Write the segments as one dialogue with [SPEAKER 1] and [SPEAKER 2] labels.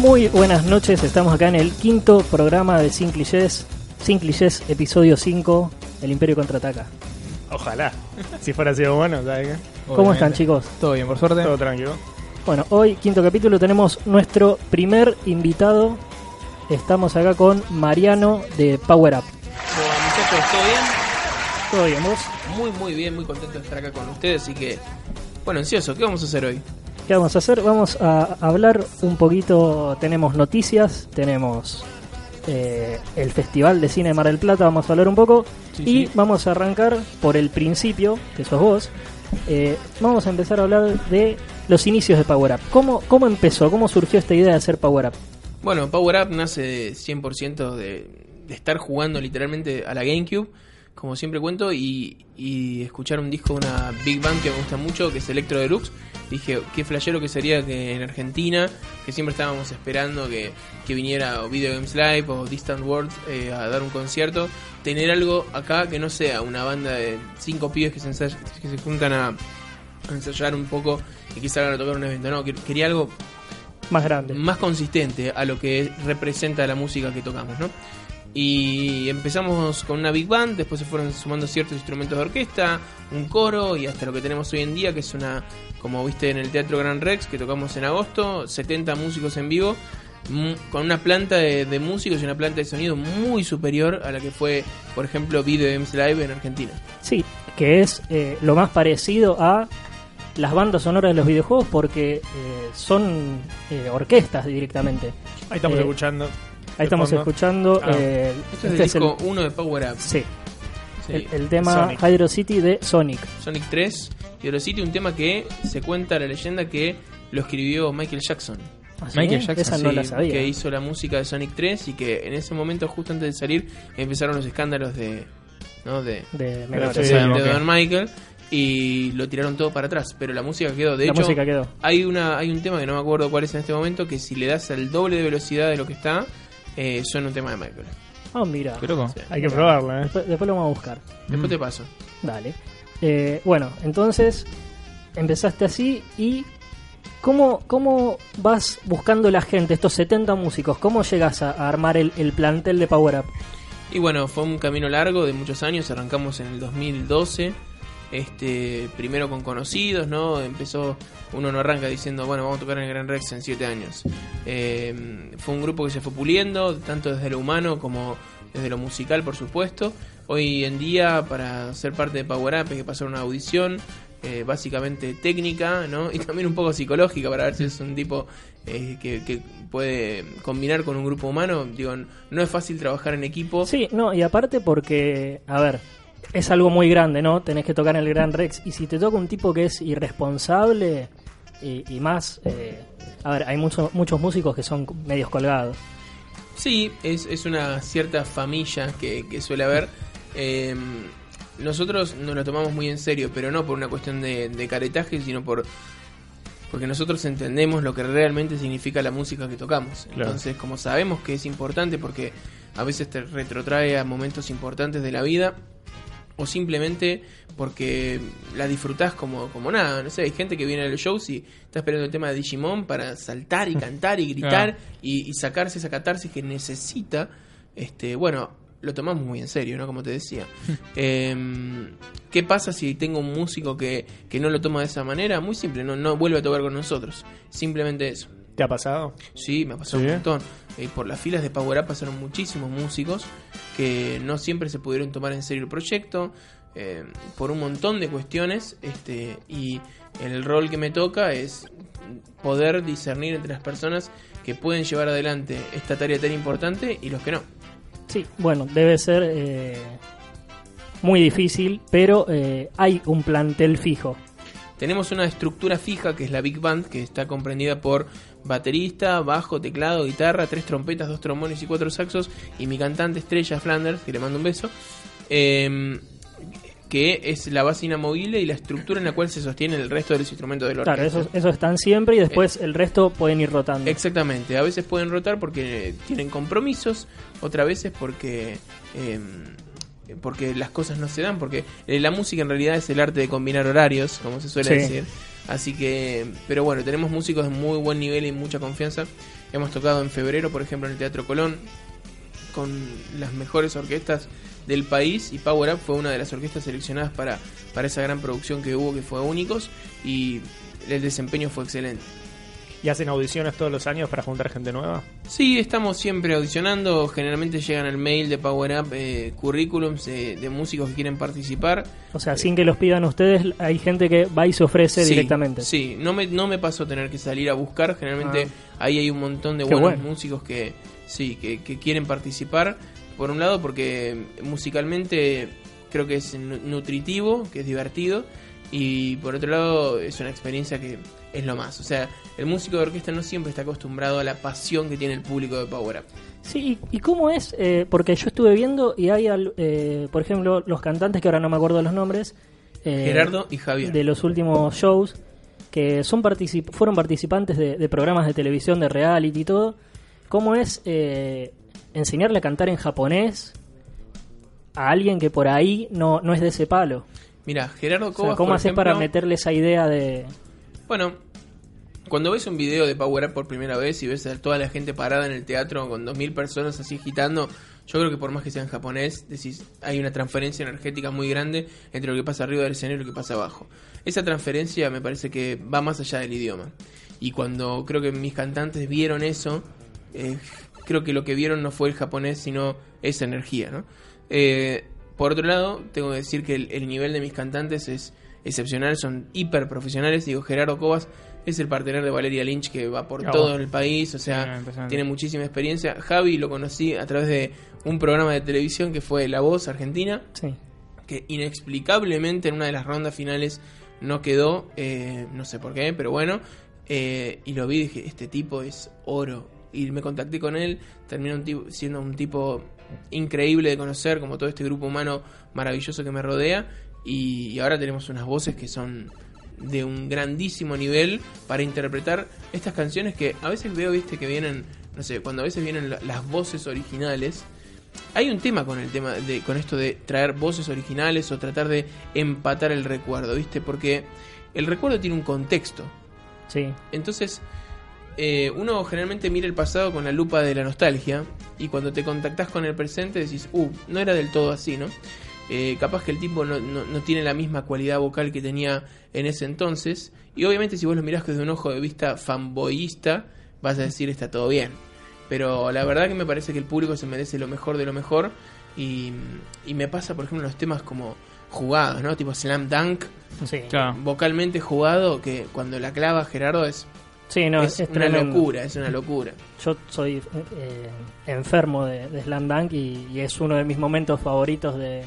[SPEAKER 1] Muy buenas noches, estamos acá en el quinto programa de Sin Clichés, Sin Clichés, episodio 5, El Imperio Contraataca.
[SPEAKER 2] Ojalá. Si fuera sido bueno, ¿sabes qué?
[SPEAKER 1] ¿Cómo están chicos?
[SPEAKER 3] Todo bien, por suerte.
[SPEAKER 2] Todo tranquilo.
[SPEAKER 1] Bueno, hoy, quinto capítulo, tenemos nuestro primer invitado. Estamos acá con Mariano de Power Up.
[SPEAKER 4] Bueno, muchachos, ¿todo bien?
[SPEAKER 1] ¿Todo bien vos?
[SPEAKER 4] Muy, muy bien, muy contento de estar acá con ustedes y que... Bueno, ansioso, ¿qué vamos a hacer hoy?
[SPEAKER 1] ¿Qué vamos a hacer? Vamos a hablar un poquito, tenemos noticias, tenemos eh, el Festival de Cine de Mar del Plata, vamos a hablar un poco
[SPEAKER 3] Sí,
[SPEAKER 1] y
[SPEAKER 3] sí.
[SPEAKER 1] vamos a arrancar por el principio, que sos vos. Eh, vamos a empezar a hablar de los inicios de Power Up. ¿Cómo, ¿Cómo empezó? ¿Cómo surgió esta idea de hacer Power Up?
[SPEAKER 4] Bueno, Power Up nace de 100% de, de estar jugando literalmente a la GameCube, como siempre cuento, y, y escuchar un disco de una Big Bang que me gusta mucho, que es Electro Deluxe. Dije, qué flashero que sería que en Argentina, que siempre estábamos esperando que, que viniera o Video Games Live o Distant Worlds eh, a dar un concierto, tener algo acá que no sea una banda de cinco pibes que se, ensay- que se juntan a a ensayar un poco y que salgan a tocar un evento. No, que- quería algo
[SPEAKER 1] Más grande.
[SPEAKER 3] Mm.
[SPEAKER 4] más consistente a lo que representa la música que tocamos, ¿no? Y empezamos con una big band, después se fueron sumando ciertos instrumentos de orquesta, un coro y hasta lo que tenemos hoy en día, que es una, como viste en el Teatro Gran Rex, que tocamos en agosto, 70 músicos en vivo, mu- con una planta de, de músicos y una planta de sonido muy superior a la que fue, por ejemplo, Video Games Live en Argentina.
[SPEAKER 1] Sí, que es eh, lo más parecido a las bandas sonoras de los videojuegos porque eh, son eh, orquestas directamente.
[SPEAKER 2] Ahí estamos
[SPEAKER 1] Eh,
[SPEAKER 2] escuchando.
[SPEAKER 1] Ahí estamos
[SPEAKER 2] fondo.
[SPEAKER 1] escuchando.
[SPEAKER 2] Ah.
[SPEAKER 1] eh,
[SPEAKER 4] Este es el
[SPEAKER 1] este es el-
[SPEAKER 4] disco 1 de Power Up,
[SPEAKER 1] sí,
[SPEAKER 4] sí.
[SPEAKER 1] el, el tema
[SPEAKER 2] Sonic.
[SPEAKER 1] Hydro City de Sonic.
[SPEAKER 4] Sonic 3 y City, un tema que se cuenta la leyenda que lo escribió Michael Jackson.
[SPEAKER 1] ¿Ah, sí?
[SPEAKER 3] Michael Jackson,
[SPEAKER 1] Esa no
[SPEAKER 4] Sí,
[SPEAKER 1] la sabía.
[SPEAKER 4] Que hizo la música de Sonic 3 y que en ese momento, justo antes de salir, empezaron los escándalos de. ¿no? de,
[SPEAKER 1] De
[SPEAKER 2] Pero
[SPEAKER 4] o
[SPEAKER 2] Sí,
[SPEAKER 1] Megadeth.
[SPEAKER 4] sea, de
[SPEAKER 2] ok.
[SPEAKER 4] Don Michael y lo tiraron todo para atrás. Pero la música quedó. De
[SPEAKER 1] la
[SPEAKER 4] hecho,
[SPEAKER 1] música quedó.
[SPEAKER 4] hay, una, hay un tema que no me acuerdo cuál es en este momento que si le das al doble de velocidad de lo que está, eh, suena un tema de Michael.
[SPEAKER 1] Ah, mira.
[SPEAKER 3] Qué loco.
[SPEAKER 4] Sí.
[SPEAKER 2] Hay que probarla, ¿eh?
[SPEAKER 1] Después, después lo vamos a buscar.
[SPEAKER 4] Después
[SPEAKER 3] Mm.
[SPEAKER 4] te paso.
[SPEAKER 1] Dale. Eh, bueno, entonces empezaste así y ¿cómo, ¿cómo vas buscando la gente, estos 70 músicos? ¿Cómo llegas a, a armar el, el plantel de Power Up?
[SPEAKER 4] Y bueno, fue un camino largo de muchos años, arrancamos en el 2012, este, primero con conocidos, ¿no? Empezó, uno no arranca diciendo, bueno, vamos a tocar en el Gran Rex en 7 años. Eh, fue un grupo que se fue puliendo, tanto desde lo humano como desde lo musical, por supuesto. Hoy en día, para ser parte de Power Up, hay que pasar una audición, eh, básicamente técnica, ¿no? Y también un poco psicológica para ver si es un tipo eh, que, que puede combinar con un grupo humano. Digo, no es fácil trabajar en equipo.
[SPEAKER 1] Sí, no, y aparte porque, a ver, es algo muy grande, ¿no? Tenés que tocar en el Gran Rex. Y si te toca un tipo que es irresponsable y, y más... eh, a ver, hay mucho- muchos músicos que son medios colgados.
[SPEAKER 4] Sí, es, es una cierta familia que, que suele haber. Eh, nosotros nos lo tomamos muy en serio, pero no por una cuestión de, de caretaje, sino por porque nosotros entendemos lo que realmente significa la música que tocamos.
[SPEAKER 2] Claro.
[SPEAKER 4] Entonces, como sabemos que es importante porque a veces te retrotrae a momentos importantes de la vida o simplemente porque la disfrutás como, como nada. No sé, hay gente que viene a los shows y está esperando el tema de Digimon para saltar y cantar y gritar y, y sacarse esa catarsis que necesita. Este, bueno, lo tomamos muy en serio, ¿no? Como te decía. Em, ¿Qué pasa si tengo un músico que, que no lo toma de esa manera? Muy simple, no, no vuelve a tocar con nosotros. Simplemente eso.
[SPEAKER 2] ¿Te ha pasado?
[SPEAKER 4] Sí, me ha pasado
[SPEAKER 2] Sí.
[SPEAKER 4] un montón. Eh, por las filas de Power Up pasaron muchísimos músicos que no siempre se pudieron tomar en serio el proyecto, eh, por un montón de cuestiones, este, y el rol que me toca es poder discernir entre las personas que pueden llevar adelante esta tarea tan importante y los que no.
[SPEAKER 1] Sí, bueno, debe ser eh, muy difícil, pero eh, hay un plantel fijo.
[SPEAKER 4] Tenemos una estructura fija que es la Big Band, que está comprendida por baterista, bajo, teclado, guitarra, tres trompetas, dos trombones y cuatro saxos, y mi cantante estrella Flanders, que le mando un beso, eh, que es la base inamovible y la estructura en la cual se sostiene el resto de los instrumentos del orquesta.
[SPEAKER 1] Claro, esos, esos están siempre y después el resto pueden ir rotando.
[SPEAKER 4] Exactamente, a veces pueden rotar porque tienen compromisos, otras veces porque eh, porque las cosas no se dan, porque eh, la música en realidad es el arte de combinar horarios, como se suele
[SPEAKER 1] Sí.
[SPEAKER 4] decir. Así que, pero bueno, tenemos músicos de muy buen nivel y mucha confianza. Hemos tocado en febrero, por ejemplo, en el Teatro Colón, con las mejores orquestas del país y Power Up fue una de las orquestas seleccionadas para, para esa gran producción que hubo, que fue Únicos, y el desempeño fue excelente.
[SPEAKER 2] ¿Y hacen audiciones todos los años para juntar gente nueva?
[SPEAKER 4] Sí, estamos siempre audicionando. Generalmente llegan al mail de Power Up eh, currículums eh, de músicos que quieren participar.
[SPEAKER 1] O sea, sin que los pidan ustedes, hay gente que va y se ofrece
[SPEAKER 4] Sí,
[SPEAKER 1] directamente.
[SPEAKER 4] Sí, no me, no me pasó tener que salir a buscar. Generalmente ahí hay un montón de
[SPEAKER 1] Ah. Qué
[SPEAKER 4] buenos
[SPEAKER 1] bueno.
[SPEAKER 4] músicos que, sí, que, que quieren participar. Por un lado, porque musicalmente creo que es nu- nutritivo, que es divertido. Y por otro lado, es una experiencia que es lo más. O sea, el músico de orquesta no siempre está acostumbrado a la pasión que tiene el público de Power Up.
[SPEAKER 1] Sí, ¿y, y cómo es? Eh, porque yo estuve viendo y hay, al- eh, por ejemplo, los cantantes que ahora no me acuerdo los nombres. eh,
[SPEAKER 4] Gerardo y Javier.
[SPEAKER 1] De los últimos shows, que son particip- fueron participantes de, de programas de televisión, de reality y todo. ¿Cómo es eh, enseñarle a cantar en japonés a alguien que por ahí no, no es de ese palo?
[SPEAKER 4] Mira, Gerardo
[SPEAKER 1] O sea,
[SPEAKER 4] Cobas,
[SPEAKER 1] ¿Cómo
[SPEAKER 4] por
[SPEAKER 1] haces para
[SPEAKER 4] ejemplo,
[SPEAKER 1] meterle esa idea de...
[SPEAKER 4] Bueno, cuando ves un video de Power Up por primera vez y ves a toda la gente parada en el teatro con 2.000 personas así agitando, yo creo que por más que sea en japonés, decís, hay una transferencia energética muy grande entre lo que pasa arriba del escenario y lo que pasa abajo. Esa transferencia me parece que va más allá del idioma. Y cuando creo que mis cantantes vieron eso, eh, creo que lo que vieron no fue el japonés, sino esa energía, ¿no? Eh, por otro lado, tengo que decir que el, el nivel de mis cantantes es excepcional, son hiper profesionales. Digo, Gerardo Cobas es el partener de Valeria Lynch que va por
[SPEAKER 2] Ah,
[SPEAKER 4] todo
[SPEAKER 2] bueno.
[SPEAKER 4] el país, o
[SPEAKER 2] Ah,
[SPEAKER 4] sea,
[SPEAKER 2] impresionante.
[SPEAKER 4] tiene muchísima experiencia. Javi lo conocí a través de un programa de televisión que fue La Voz Argentina
[SPEAKER 1] Sí.
[SPEAKER 4] que inexplicablemente en una de las rondas finales no quedó, eh, no sé por qué, pero bueno, eh, y lo vi y dije, este tipo es oro. Y me contacté con él, terminó un tipo- siendo un tipo increíble de conocer, como todo este grupo humano maravilloso que me rodea, y, y ahora tenemos unas voces que son de un grandísimo nivel para interpretar estas canciones que a veces veo, viste, que vienen, no sé, cuando a veces vienen la- las voces originales, hay un tema con el tema de con esto de traer voces originales o tratar de empatar el recuerdo, ¿viste? Porque el recuerdo tiene un contexto.
[SPEAKER 1] Sí,
[SPEAKER 4] Entonces, eh, uno generalmente mira el pasado con la lupa de la nostalgia y cuando te contactás con el presente decís, uh, no era del todo así, ¿no? Eh, capaz que el tipo no, no- no tiene la misma cualidad vocal que tenía en ese entonces y obviamente si vos lo mirás desde un ojo de vista fanboyista vas a decir está todo bien. Pero la verdad que me parece que el público se merece lo mejor de lo mejor y, y me pasa por ejemplo en los temas como jugados, ¿no? Tipo Slam Dunk,
[SPEAKER 1] sí.
[SPEAKER 3] Ah.
[SPEAKER 4] vocalmente jugado que cuando la clava Gerardo es
[SPEAKER 1] Sí, no,
[SPEAKER 4] es,
[SPEAKER 1] es
[SPEAKER 4] una
[SPEAKER 1] tremendo.
[SPEAKER 4] locura, es una locura.
[SPEAKER 1] Yo soy eh, enfermo de, de Slam Dunk y, y es uno de mis momentos favoritos de,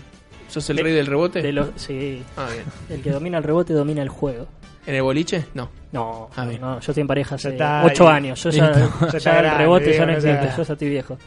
[SPEAKER 4] ¿Sos el
[SPEAKER 1] De-
[SPEAKER 4] rey del rebote?
[SPEAKER 1] de los... Sí,
[SPEAKER 4] Ah, bien.
[SPEAKER 1] el que domina el rebote domina el juego.
[SPEAKER 4] ¿En el boliche? No.
[SPEAKER 1] No,
[SPEAKER 4] Ah, bien.
[SPEAKER 1] no, yo estoy en pareja
[SPEAKER 2] Ya
[SPEAKER 1] hace
[SPEAKER 2] está
[SPEAKER 1] ocho
[SPEAKER 2] ahí.
[SPEAKER 1] años. Yo ya,
[SPEAKER 2] Listo.
[SPEAKER 1] ya
[SPEAKER 2] Ya
[SPEAKER 1] el
[SPEAKER 2] está grande,
[SPEAKER 1] rebote ya
[SPEAKER 2] viejo,
[SPEAKER 1] no
[SPEAKER 2] no sea-
[SPEAKER 1] existe, yo ya estoy viejo.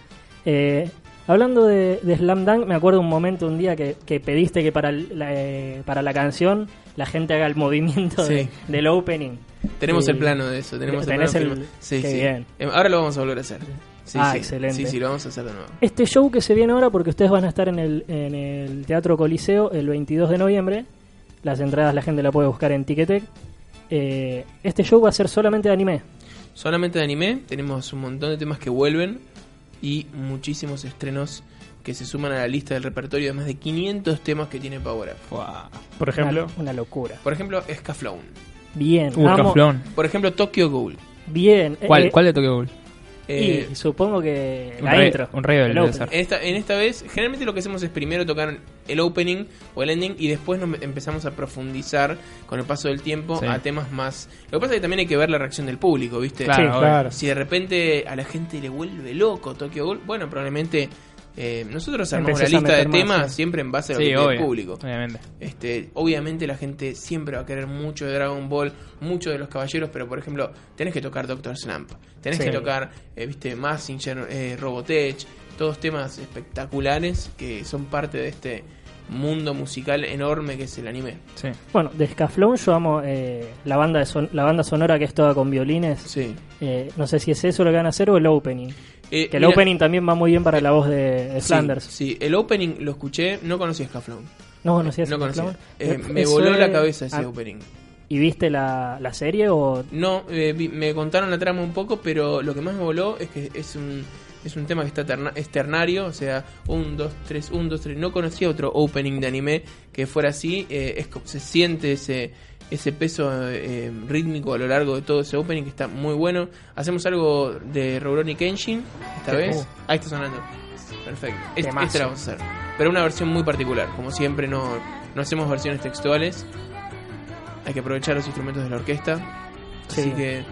[SPEAKER 1] Eh, hablando de, de Slam Dunk, me acuerdo un momento, un día que, que pediste que para el- la, eh, para la canción la gente haga el movimiento de-
[SPEAKER 4] Sí.
[SPEAKER 1] del opening.
[SPEAKER 4] Tenemos
[SPEAKER 1] Sí.
[SPEAKER 4] el plano de eso. Tenemos el
[SPEAKER 1] Tenés
[SPEAKER 4] plano
[SPEAKER 1] el-
[SPEAKER 4] filmado. Sí,
[SPEAKER 1] qué
[SPEAKER 4] sí.
[SPEAKER 1] bien.
[SPEAKER 4] Eh, Ahora lo vamos a volver a hacer. Sí,
[SPEAKER 1] Ah,
[SPEAKER 4] sí.
[SPEAKER 1] excelente.
[SPEAKER 4] Sí, sí, lo vamos a hacer de nuevo.
[SPEAKER 1] Este show que se viene ahora, porque ustedes van a estar en el, en el Teatro Coliseo el 22 de noviembre, las entradas la gente la puede buscar en Ticketek. Eh, este show va a ser solamente de anime.
[SPEAKER 4] Solamente de anime, tenemos un montón de temas que vuelven y muchísimos estrenos que se suman a la lista del repertorio de más de 500 temas que tiene Power Up.
[SPEAKER 2] Por ejemplo,
[SPEAKER 1] Una, una locura.
[SPEAKER 4] Por ejemplo, Scaflown.
[SPEAKER 1] Bien,
[SPEAKER 3] Uh,
[SPEAKER 1] amo-
[SPEAKER 3] Caflón.
[SPEAKER 4] Por ejemplo, Tokyo Ghoul.
[SPEAKER 1] bien. Eh,
[SPEAKER 3] ¿Cuál,
[SPEAKER 1] eh,
[SPEAKER 3] ¿Cuál de Tokyo Ghoul?
[SPEAKER 4] Eh,
[SPEAKER 1] y supongo que
[SPEAKER 3] un
[SPEAKER 1] la
[SPEAKER 3] re-
[SPEAKER 1] intro.
[SPEAKER 3] un re del
[SPEAKER 1] el opening.
[SPEAKER 3] Blizzard.
[SPEAKER 4] Esta, en esta vez, generalmente lo que hacemos es primero tocar el opening o el ending y después nos empezamos a profundizar con el paso del tiempo
[SPEAKER 3] Sí.
[SPEAKER 4] a temas más. Lo que pasa es que también hay que ver la reacción del público, ¿viste?
[SPEAKER 2] Ah,
[SPEAKER 3] Claro,
[SPEAKER 1] Sí,
[SPEAKER 3] obvio.
[SPEAKER 2] claro.
[SPEAKER 4] Si de repente a la gente le vuelve loco Tokyo Ghoul, bueno, probablemente eh, nosotros armamos
[SPEAKER 1] Empezás
[SPEAKER 4] la
[SPEAKER 1] a
[SPEAKER 4] lista de
[SPEAKER 1] meter más,
[SPEAKER 4] temas
[SPEAKER 1] sí.
[SPEAKER 4] siempre en base a lo que
[SPEAKER 3] Sí,
[SPEAKER 4] pide
[SPEAKER 3] obvio.
[SPEAKER 4] el público.
[SPEAKER 3] Obviamente.
[SPEAKER 4] Este, obviamente la gente siempre va a querer mucho de Dragon Ball, mucho de los caballeros, pero por ejemplo, tenés que tocar Doctor Slump, tenés
[SPEAKER 1] Sí.
[SPEAKER 4] que tocar, eh, viste, Massinger, eh, Robotech, todos temas espectaculares que son parte de este mundo musical enorme que es el anime.
[SPEAKER 3] Sí.
[SPEAKER 1] Bueno, de Scaflón yo amo eh, la, banda de son- la banda sonora que es toda con violines.
[SPEAKER 4] Sí.
[SPEAKER 1] Eh, no sé si es eso lo que van a hacer o el opening.
[SPEAKER 4] Eh,
[SPEAKER 1] Que el
[SPEAKER 4] mira,
[SPEAKER 1] opening también va muy bien para la voz de, de
[SPEAKER 4] sí,
[SPEAKER 1] Flanders.
[SPEAKER 4] Sí, el opening lo escuché, no conocí a Scaflón.
[SPEAKER 1] No conocías
[SPEAKER 4] No
[SPEAKER 1] a
[SPEAKER 4] conocía.
[SPEAKER 1] Scaflón?
[SPEAKER 4] Eh, me
[SPEAKER 1] Eso
[SPEAKER 4] voló la
[SPEAKER 1] es-
[SPEAKER 4] cabeza ese
[SPEAKER 1] ah,
[SPEAKER 4] opening.
[SPEAKER 1] ¿Y viste la, la serie o
[SPEAKER 4] No, eh, vi- me contaron la trama un poco, pero lo que más me voló es que es un, es un tema que está terna- es ternario, o sea, un, dos, tres, un, dos, tres. No conocía otro opening de anime que fuera así, eh, es co- se siente ese, ese peso eh, rítmico a lo largo de todo ese opening que está muy bueno. Hacemos algo de Rurouni Kenshin, esta
[SPEAKER 1] Sí.
[SPEAKER 4] vez.
[SPEAKER 1] Uh.
[SPEAKER 4] Ahí está sonando. Perfecto. Es-
[SPEAKER 1] Temazo.
[SPEAKER 4] esta la vamos a hacer. Pero una versión muy particular, como siempre no, no hacemos versiones textuales. Hay que aprovechar los instrumentos de la orquesta,
[SPEAKER 1] Sí.
[SPEAKER 4] Así que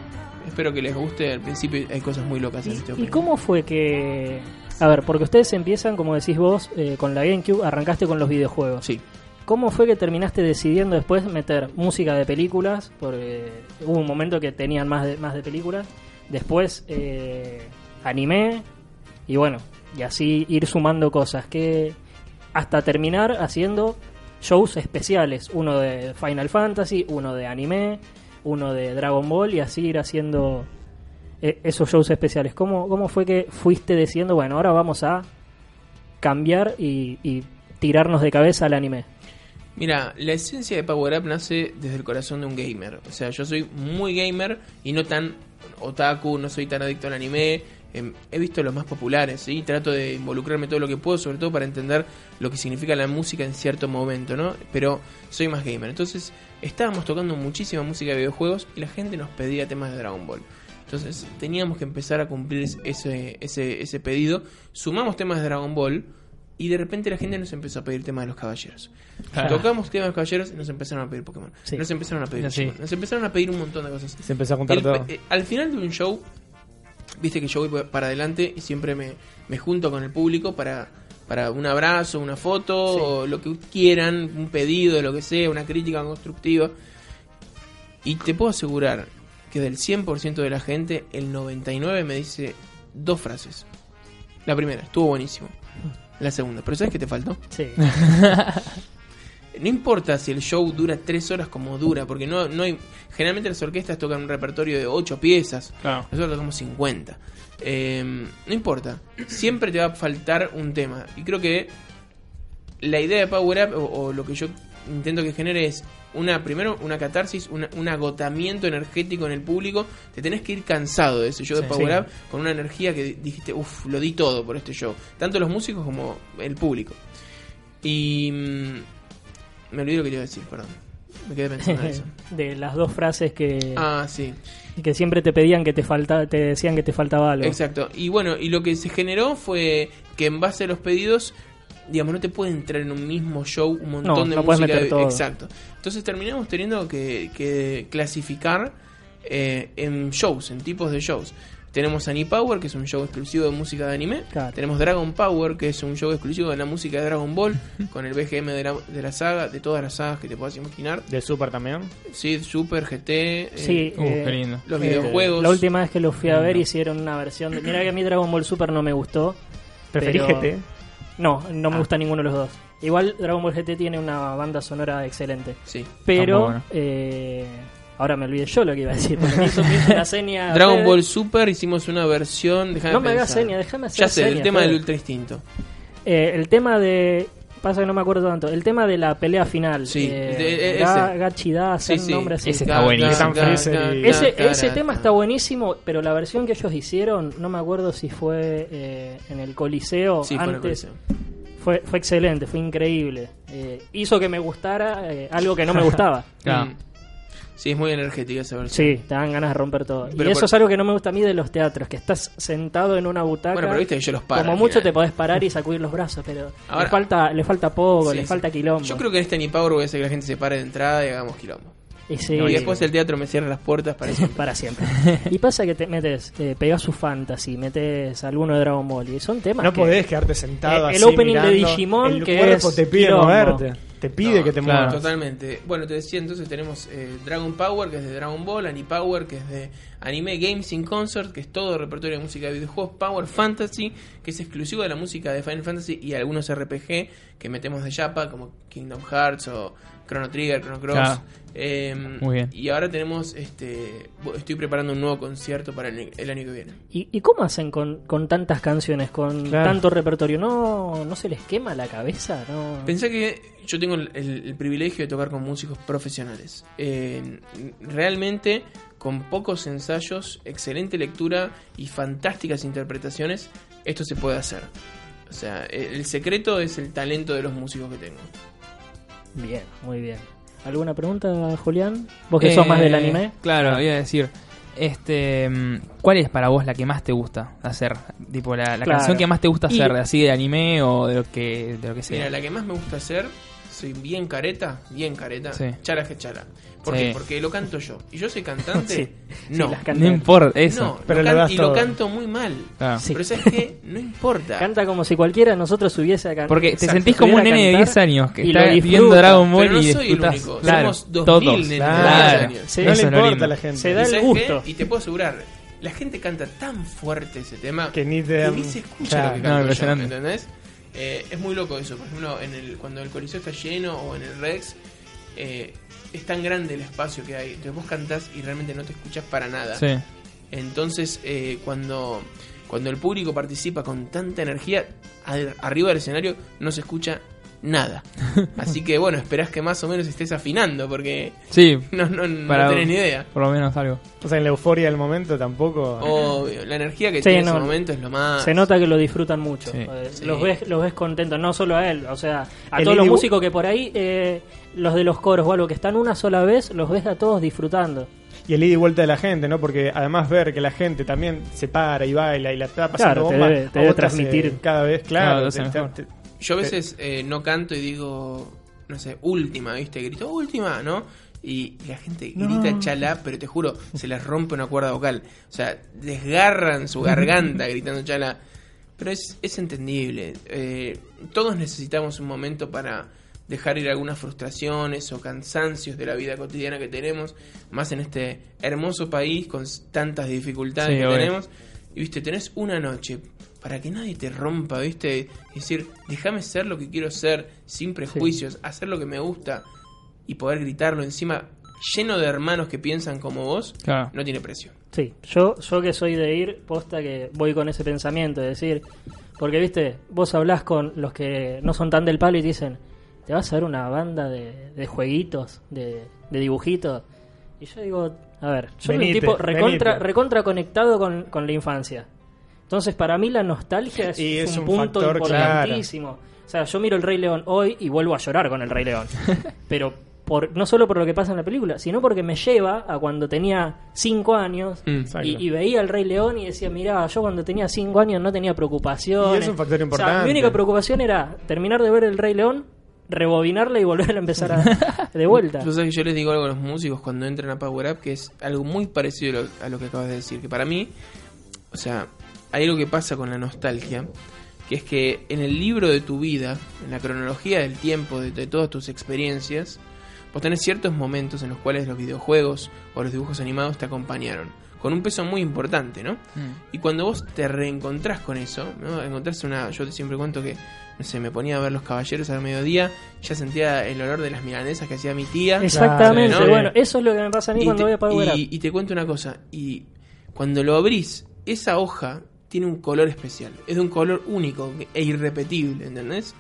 [SPEAKER 4] espero que les guste. Al principio hay cosas muy locas en este
[SPEAKER 1] ¿Y, y
[SPEAKER 4] opening.
[SPEAKER 1] cómo fue que.? A ver, porque ustedes empiezan, como decís vos, eh, con la GameCube, arrancaste con los videojuegos.
[SPEAKER 4] Sí.
[SPEAKER 1] ¿Cómo fue que terminaste decidiendo después meter música de películas? Porque eh, hubo un momento que tenían más de, más de películas. Después eh, animé. Y bueno, y así ir sumando cosas. que Hasta terminar haciendo shows especiales. Uno de Final Fantasy, uno de anime, uno de Dragon Ball. Y así ir haciendo eh, esos shows especiales. ¿Cómo, ¿Cómo fue que fuiste diciendo, bueno, ahora vamos a cambiar y- y tirarnos de cabeza al anime?
[SPEAKER 4] Mira, la esencia de Power Up nace desde el corazón de un gamer. O sea, yo soy muy gamer y no tan otaku, no soy tan adicto al anime. Em, He visto los más populares, ¿sí? Trato de involucrarme todo lo que puedo, sobre todo para entender lo que significa la música en cierto momento, ¿no? Pero soy más gamer. Entonces, estábamos tocando muchísima música de videojuegos y la gente nos pedía temas de Dragon Ball. Entonces, teníamos que empezar a cumplir ese, ese, ese pedido. Sumamos temas de Dragon Ball y de repente la gente nos empezó a pedir temas de los caballeros.
[SPEAKER 2] Ah.
[SPEAKER 4] Tocamos temas de los caballeros y nos empezaron a pedir Pokémon.
[SPEAKER 1] Sí.
[SPEAKER 4] Nos empezaron a pedir
[SPEAKER 2] Sí.
[SPEAKER 4] Digimon. Nos empezaron a pedir un montón de cosas.
[SPEAKER 2] Se empezó a juntar
[SPEAKER 4] El-
[SPEAKER 2] todo.
[SPEAKER 4] eh, al final de un show, viste que yo voy pa- para adelante y siempre me, me junto con el público para, para un abrazo, una foto,
[SPEAKER 1] Sí.
[SPEAKER 4] o lo que quieran, un pedido, lo que sea, una crítica constructiva. Y te puedo asegurar que del 100% de la gente, el 99% me dice dos frases. La primera, estuvo buenísimo. La segunda, pero ¿sabes qué te faltó?
[SPEAKER 1] Sí,
[SPEAKER 4] No importa si el show dura tres horas como dura, porque no, no hay. Generalmente las orquestas tocan un repertorio de ocho piezas.
[SPEAKER 2] Claro.
[SPEAKER 4] Nosotros tocamos 50. Eh, no importa. Siempre te va a faltar un tema. Y creo que la idea de Power Up, o, o lo que yo intento que genere es una, primero, una catarsis, una- un agotamiento energético en el público. Te tenés que ir cansado de ese show de
[SPEAKER 2] Sí.
[SPEAKER 4] Power
[SPEAKER 2] Sí.
[SPEAKER 4] Up con una energía que dijiste, uff, lo di todo por este show. Tanto los músicos como el público. Y. mm, Me olvidé lo que te iba a decir, perdón. Me quedé pensando en eso.
[SPEAKER 1] de las dos frases que,
[SPEAKER 4] Ah, sí.
[SPEAKER 1] que siempre te pedían que te falta, te decían que te faltaba algo.
[SPEAKER 4] Exacto. Y bueno, y lo que se generó fue que en base a los pedidos, digamos, no te puede entrar en un mismo show un montón
[SPEAKER 1] No,
[SPEAKER 4] de
[SPEAKER 1] no puedes
[SPEAKER 4] música.
[SPEAKER 1] meter todo.
[SPEAKER 4] Exacto. Entonces terminamos teniendo que, que clasificar eh, en shows, en tipos de shows. Tenemos Annie Power, que es un show exclusivo de música de anime.
[SPEAKER 1] Claro.
[SPEAKER 4] Tenemos Dragon Power, que es un show exclusivo de la música de Dragon Ball, con el BGM de la, de la saga, de todas las sagas que te puedas imaginar.
[SPEAKER 2] ¿De Super también?
[SPEAKER 4] Sid, Super, GT, eh,
[SPEAKER 1] Sí,
[SPEAKER 3] Uh,
[SPEAKER 1] eh,
[SPEAKER 3] qué lindo.
[SPEAKER 4] los
[SPEAKER 1] eh,
[SPEAKER 4] videojuegos.
[SPEAKER 1] La última vez que los fui a ver hicieron una versión de. Mira que a mí Dragon Ball Super no me gustó.
[SPEAKER 2] ¿Preferís
[SPEAKER 1] Pero-
[SPEAKER 2] GT?
[SPEAKER 1] No, no
[SPEAKER 3] Ah.
[SPEAKER 1] me gusta ninguno de los dos. Igual Dragon Ball GT tiene una banda sonora excelente.
[SPEAKER 4] Sí.
[SPEAKER 1] Pero.
[SPEAKER 3] bueno.
[SPEAKER 1] eh, ahora me olvidé yo lo que iba a decir. porque me hizo- me hizo una seña.
[SPEAKER 4] Dragon
[SPEAKER 1] Fede.
[SPEAKER 4] Ball Super hicimos una versión. déjame
[SPEAKER 1] Ah, No me hagas
[SPEAKER 4] pensar.
[SPEAKER 1] señas, déjame hacer
[SPEAKER 4] Ya sé, el
[SPEAKER 1] señas,
[SPEAKER 4] tema
[SPEAKER 1] Fede.
[SPEAKER 4] del Ultra Instinto.
[SPEAKER 1] Eh, el tema de. Pasa que no me acuerdo tanto. El tema de la pelea final.
[SPEAKER 4] Sí,
[SPEAKER 1] eh,
[SPEAKER 4] de- e-
[SPEAKER 1] Ga-
[SPEAKER 4] ese.
[SPEAKER 1] Gachida, hacer
[SPEAKER 4] sí.
[SPEAKER 1] nombre así.
[SPEAKER 3] Ese está buenísimo.
[SPEAKER 2] Tan Freezer y-
[SPEAKER 1] Ese, ese tema está buenísimo, pero la versión que ellos hicieron, no me acuerdo si fue eh, en el Coliseo
[SPEAKER 4] Sí, fue en el
[SPEAKER 1] antes.
[SPEAKER 4] Coliseo.
[SPEAKER 1] Fue, fue excelente, fue increíble. Eh, hizo que me gustara eh, algo que no me gustaba.
[SPEAKER 3] Claro.
[SPEAKER 4] Mm. Sí, es muy energética esa versión.
[SPEAKER 1] Sí, te dan ganas de romper todo.
[SPEAKER 4] Pero
[SPEAKER 1] y eso
[SPEAKER 4] por-
[SPEAKER 1] es algo que no me gusta a mí de los teatros, que estás sentado en una butaca.
[SPEAKER 4] Bueno, pero viste que yo los paro.
[SPEAKER 1] como
[SPEAKER 4] al
[SPEAKER 1] mucho te
[SPEAKER 4] final.
[SPEAKER 1] podés parar y sacudir los brazos, pero
[SPEAKER 4] Ahora-
[SPEAKER 1] le falta le falta poco,
[SPEAKER 4] Sí,
[SPEAKER 1] le
[SPEAKER 4] sí.
[SPEAKER 1] falta quilombo.
[SPEAKER 4] Yo creo que en este Ni Power voy a hacer que la gente se pare de entrada y hagamos quilombo.
[SPEAKER 1] Y sí.
[SPEAKER 4] Y después el teatro me cierra las puertas para siempre.
[SPEAKER 1] para siempre. Y pasa que te metes eh, Pegasus Fantasy, metes alguno de Dragon Ball y son temas
[SPEAKER 2] No
[SPEAKER 1] que
[SPEAKER 2] podés quedarte sentado
[SPEAKER 1] Eh, el
[SPEAKER 2] así
[SPEAKER 1] opening de
[SPEAKER 2] mirando.
[SPEAKER 1] Digimon,
[SPEAKER 2] El
[SPEAKER 1] que
[SPEAKER 2] cuerpo
[SPEAKER 1] es
[SPEAKER 2] te pide
[SPEAKER 1] quilombo.
[SPEAKER 2] moverte. Te pide
[SPEAKER 4] No,
[SPEAKER 2] que te
[SPEAKER 3] claro.
[SPEAKER 2] muevas.
[SPEAKER 4] Totalmente. Bueno, te decía entonces tenemos eh, Dragon Power, que es de Dragon Ball, Anime Power, que es de anime, Games in Concert, que es todo repertorio de música de videojuegos, Power Fantasy, que es exclusivo de la música de Final Fantasy y algunos RPG, que metemos de chapa, como Kingdom Hearts o Chrono Trigger, Chrono Cross.
[SPEAKER 3] Claro.
[SPEAKER 4] Em,
[SPEAKER 3] Muy bien.
[SPEAKER 4] Y ahora tenemos, este, bo- estoy preparando un nuevo concierto para el, el año que viene.
[SPEAKER 1] ¿Y, y cómo hacen con, con tantas canciones, con
[SPEAKER 3] Claro.
[SPEAKER 1] tanto repertorio? ¿No, ¿No se les quema la cabeza? No.
[SPEAKER 4] Pensé que yo tengo el, el- el privilegio de tocar con músicos profesionales. Eh, realmente, con pocos ensayos, excelente lectura y fantásticas interpretaciones, esto se puede hacer. O sea, el el secreto es el talento de los músicos que tengo.
[SPEAKER 1] Bien, muy bien. ¿Alguna pregunta, Julián? Vos que sos
[SPEAKER 3] Eh,
[SPEAKER 1] más del anime. Ah.
[SPEAKER 3] Claro, iba a decir. Este, mm, ¿Cuál es para vos la que más te gusta hacer? Tipo, la, la
[SPEAKER 1] Claro.
[SPEAKER 3] canción que más te gusta
[SPEAKER 1] Y-
[SPEAKER 3] hacer, de así de anime o de lo que, de lo que sea.
[SPEAKER 4] Mira, la que más me gusta hacer, soy bien careta, bien careta,
[SPEAKER 3] Sí.
[SPEAKER 4] chara que chala. ¿Por
[SPEAKER 3] Sí.
[SPEAKER 4] qué? Porque lo canto yo. ¿Y yo soy cantante?
[SPEAKER 1] Sí.
[SPEAKER 4] No.
[SPEAKER 1] Sí, las
[SPEAKER 3] no
[SPEAKER 1] canta,
[SPEAKER 3] importa,
[SPEAKER 4] no,
[SPEAKER 3] eso.
[SPEAKER 2] pero
[SPEAKER 4] lo
[SPEAKER 2] le
[SPEAKER 4] can-
[SPEAKER 2] das
[SPEAKER 4] y lo
[SPEAKER 2] todo.
[SPEAKER 4] canto muy mal.
[SPEAKER 3] Claro.
[SPEAKER 1] Sí.
[SPEAKER 4] Pero ¿sabes qué? No importa.
[SPEAKER 1] canta como si cualquiera de nosotros hubiese acá.
[SPEAKER 3] Porque te
[SPEAKER 4] Exacto.
[SPEAKER 3] sentís como un
[SPEAKER 1] Pudiera
[SPEAKER 3] nene de
[SPEAKER 1] cantar
[SPEAKER 3] 10 años que
[SPEAKER 1] y
[SPEAKER 3] está
[SPEAKER 1] lo
[SPEAKER 3] viendo
[SPEAKER 1] disfruta,
[SPEAKER 3] Dragon Ball
[SPEAKER 4] pero no
[SPEAKER 3] y
[SPEAKER 4] soy el
[SPEAKER 3] disfrutás.
[SPEAKER 4] único,
[SPEAKER 3] Claro,
[SPEAKER 4] somos 2000
[SPEAKER 3] todos.
[SPEAKER 4] nenes de
[SPEAKER 3] Claro.
[SPEAKER 4] 10 años.
[SPEAKER 1] Sí,
[SPEAKER 2] no
[SPEAKER 3] eso
[SPEAKER 2] le
[SPEAKER 3] es lo
[SPEAKER 2] importa
[SPEAKER 3] lindo.
[SPEAKER 2] a la gente.
[SPEAKER 1] Se
[SPEAKER 4] ¿Y
[SPEAKER 1] da el
[SPEAKER 4] sabes
[SPEAKER 1] gusto.
[SPEAKER 4] qué? Y te puedo asegurar, la gente canta tan fuerte ese tema
[SPEAKER 2] Que ni te
[SPEAKER 4] que
[SPEAKER 2] dan-
[SPEAKER 4] ni se escucha
[SPEAKER 2] Claro.
[SPEAKER 4] lo que
[SPEAKER 3] No,
[SPEAKER 4] canta
[SPEAKER 3] impresionante.
[SPEAKER 4] ¿entendés? Eh, es muy loco eso. Por ejemplo, en el, cuando el Coliseo está lleno o en el Rex, eh, es tan grande el espacio que hay. Entonces vos cantás y realmente no te escuchas para nada.
[SPEAKER 3] Sí.
[SPEAKER 4] Entonces, eh, cuando, cuando el público participa con tanta energía, al- arriba del escenario no se escucha nada. Así que bueno, esperás que más o menos estés afinando porque
[SPEAKER 3] Sí,
[SPEAKER 4] no, no, no
[SPEAKER 3] Para-
[SPEAKER 4] tenés ni idea.
[SPEAKER 3] por lo menos algo.
[SPEAKER 2] O sea, en la euforia del momento tampoco.
[SPEAKER 4] Obvio, la energía que
[SPEAKER 1] Sí,
[SPEAKER 4] tiene
[SPEAKER 1] no.
[SPEAKER 4] ese momento es lo más.
[SPEAKER 1] Se nota que lo disfrutan mucho.
[SPEAKER 3] Sí.
[SPEAKER 1] Eh,
[SPEAKER 4] Ah, Sí.
[SPEAKER 1] Los ves los ves contentos, no solo a él, o sea, a
[SPEAKER 2] El
[SPEAKER 1] todos los
[SPEAKER 2] ida y vu-
[SPEAKER 1] músicos que por ahí, eh, los de los coros o algo, que están una sola vez, los ves a todos disfrutando.
[SPEAKER 2] Y el ida y vuelta de la gente, ¿no? Porque además ver que la gente también se para y baila y la está pasando
[SPEAKER 1] Claro, te
[SPEAKER 2] bomba,
[SPEAKER 1] debe- te
[SPEAKER 2] a
[SPEAKER 1] debe
[SPEAKER 2] vos hace
[SPEAKER 1] transmitir.
[SPEAKER 2] cada vez,
[SPEAKER 3] Claro,
[SPEAKER 2] claro.
[SPEAKER 3] lo hace
[SPEAKER 2] te-
[SPEAKER 3] mejor.
[SPEAKER 2] te-
[SPEAKER 4] Yo a veces eh, no canto y digo, no sé, última, ¿viste? Grito, última, ¿no? Y la gente grita chala, pero te juro, se les rompe una cuerda vocal. O sea, desgarran su garganta gritando chala. Pero es, es entendible. Eh, todos necesitamos un momento para dejar ir algunas frustraciones o cansancios de la vida cotidiana que tenemos, más en este hermoso país con s- tantas dificultades
[SPEAKER 3] Sí,
[SPEAKER 4] que
[SPEAKER 3] obvio.
[SPEAKER 4] tenemos. Y viste, tenés una noche para que nadie te rompa, viste, es decir, déjame ser lo que quiero ser, sin prejuicios, hacer lo que me gusta y poder gritarlo encima lleno de hermanos que piensan como vos,
[SPEAKER 3] Claro.
[SPEAKER 4] no tiene precio.
[SPEAKER 1] Sí, yo, yo que soy de ir, posta que voy con ese pensamiento, es decir, porque viste, vos hablás con los que no son tan del palo y te dicen, te vas a ver una banda de, de jueguitos, de, de dibujitos. Y yo digo, a ver, yo soy un
[SPEAKER 2] Venite,
[SPEAKER 1] tipo recontra,
[SPEAKER 2] venite.
[SPEAKER 1] recontra conectado con, con la infancia. Entonces, para mí la nostalgia es,
[SPEAKER 2] Y es
[SPEAKER 1] un,
[SPEAKER 2] un
[SPEAKER 1] punto
[SPEAKER 2] factor claro.
[SPEAKER 1] importantísimo. O sea, yo miro el Rey León hoy y vuelvo a llorar con el Rey León. Pero por, no solo por lo que pasa en la película, sino porque me lleva a cuando tenía 5 años
[SPEAKER 4] Mm.
[SPEAKER 2] Exacto.
[SPEAKER 1] y, y veía al Rey León y decía, mirá, yo cuando tenía 5 años no tenía preocupaciones.
[SPEAKER 2] Y es un factor
[SPEAKER 1] O sea, mi
[SPEAKER 2] importante.
[SPEAKER 1] única preocupación era terminar de ver el Rey León, rebobinarla y volver a empezar a- de vuelta.
[SPEAKER 4] Tú sabes que yo les digo algo a los músicos cuando entran a Power Up, que es algo muy parecido a lo, a lo que acabas de decir, que para mí, o sea, hay algo que pasa con la nostalgia, que es que en el libro de tu vida, en la cronología del tiempo, de, de todas tus experiencias, vos tenés ciertos momentos en los cuales los videojuegos o los dibujos animados te acompañaron, con un peso muy importante, ¿no? Y cuando vos te reencontrás con eso, ¿no? Encontrás una. Yo siempre cuento que, no sé, me ponía a ver los caballeros al mediodía, ya sentía el olor de las milanesas que hacía mi tía.
[SPEAKER 1] Exactamente,
[SPEAKER 4] Claro, ¿no?
[SPEAKER 1] bueno, eso es lo que me pasa a mí
[SPEAKER 4] Y
[SPEAKER 1] cuando
[SPEAKER 4] te,
[SPEAKER 1] voy a Power
[SPEAKER 4] y-
[SPEAKER 1] Up.
[SPEAKER 4] y te cuento una cosa, y cuando lo abrís, esa hoja tiene un color especial, es de un color único e irrepetible, ¿entendés?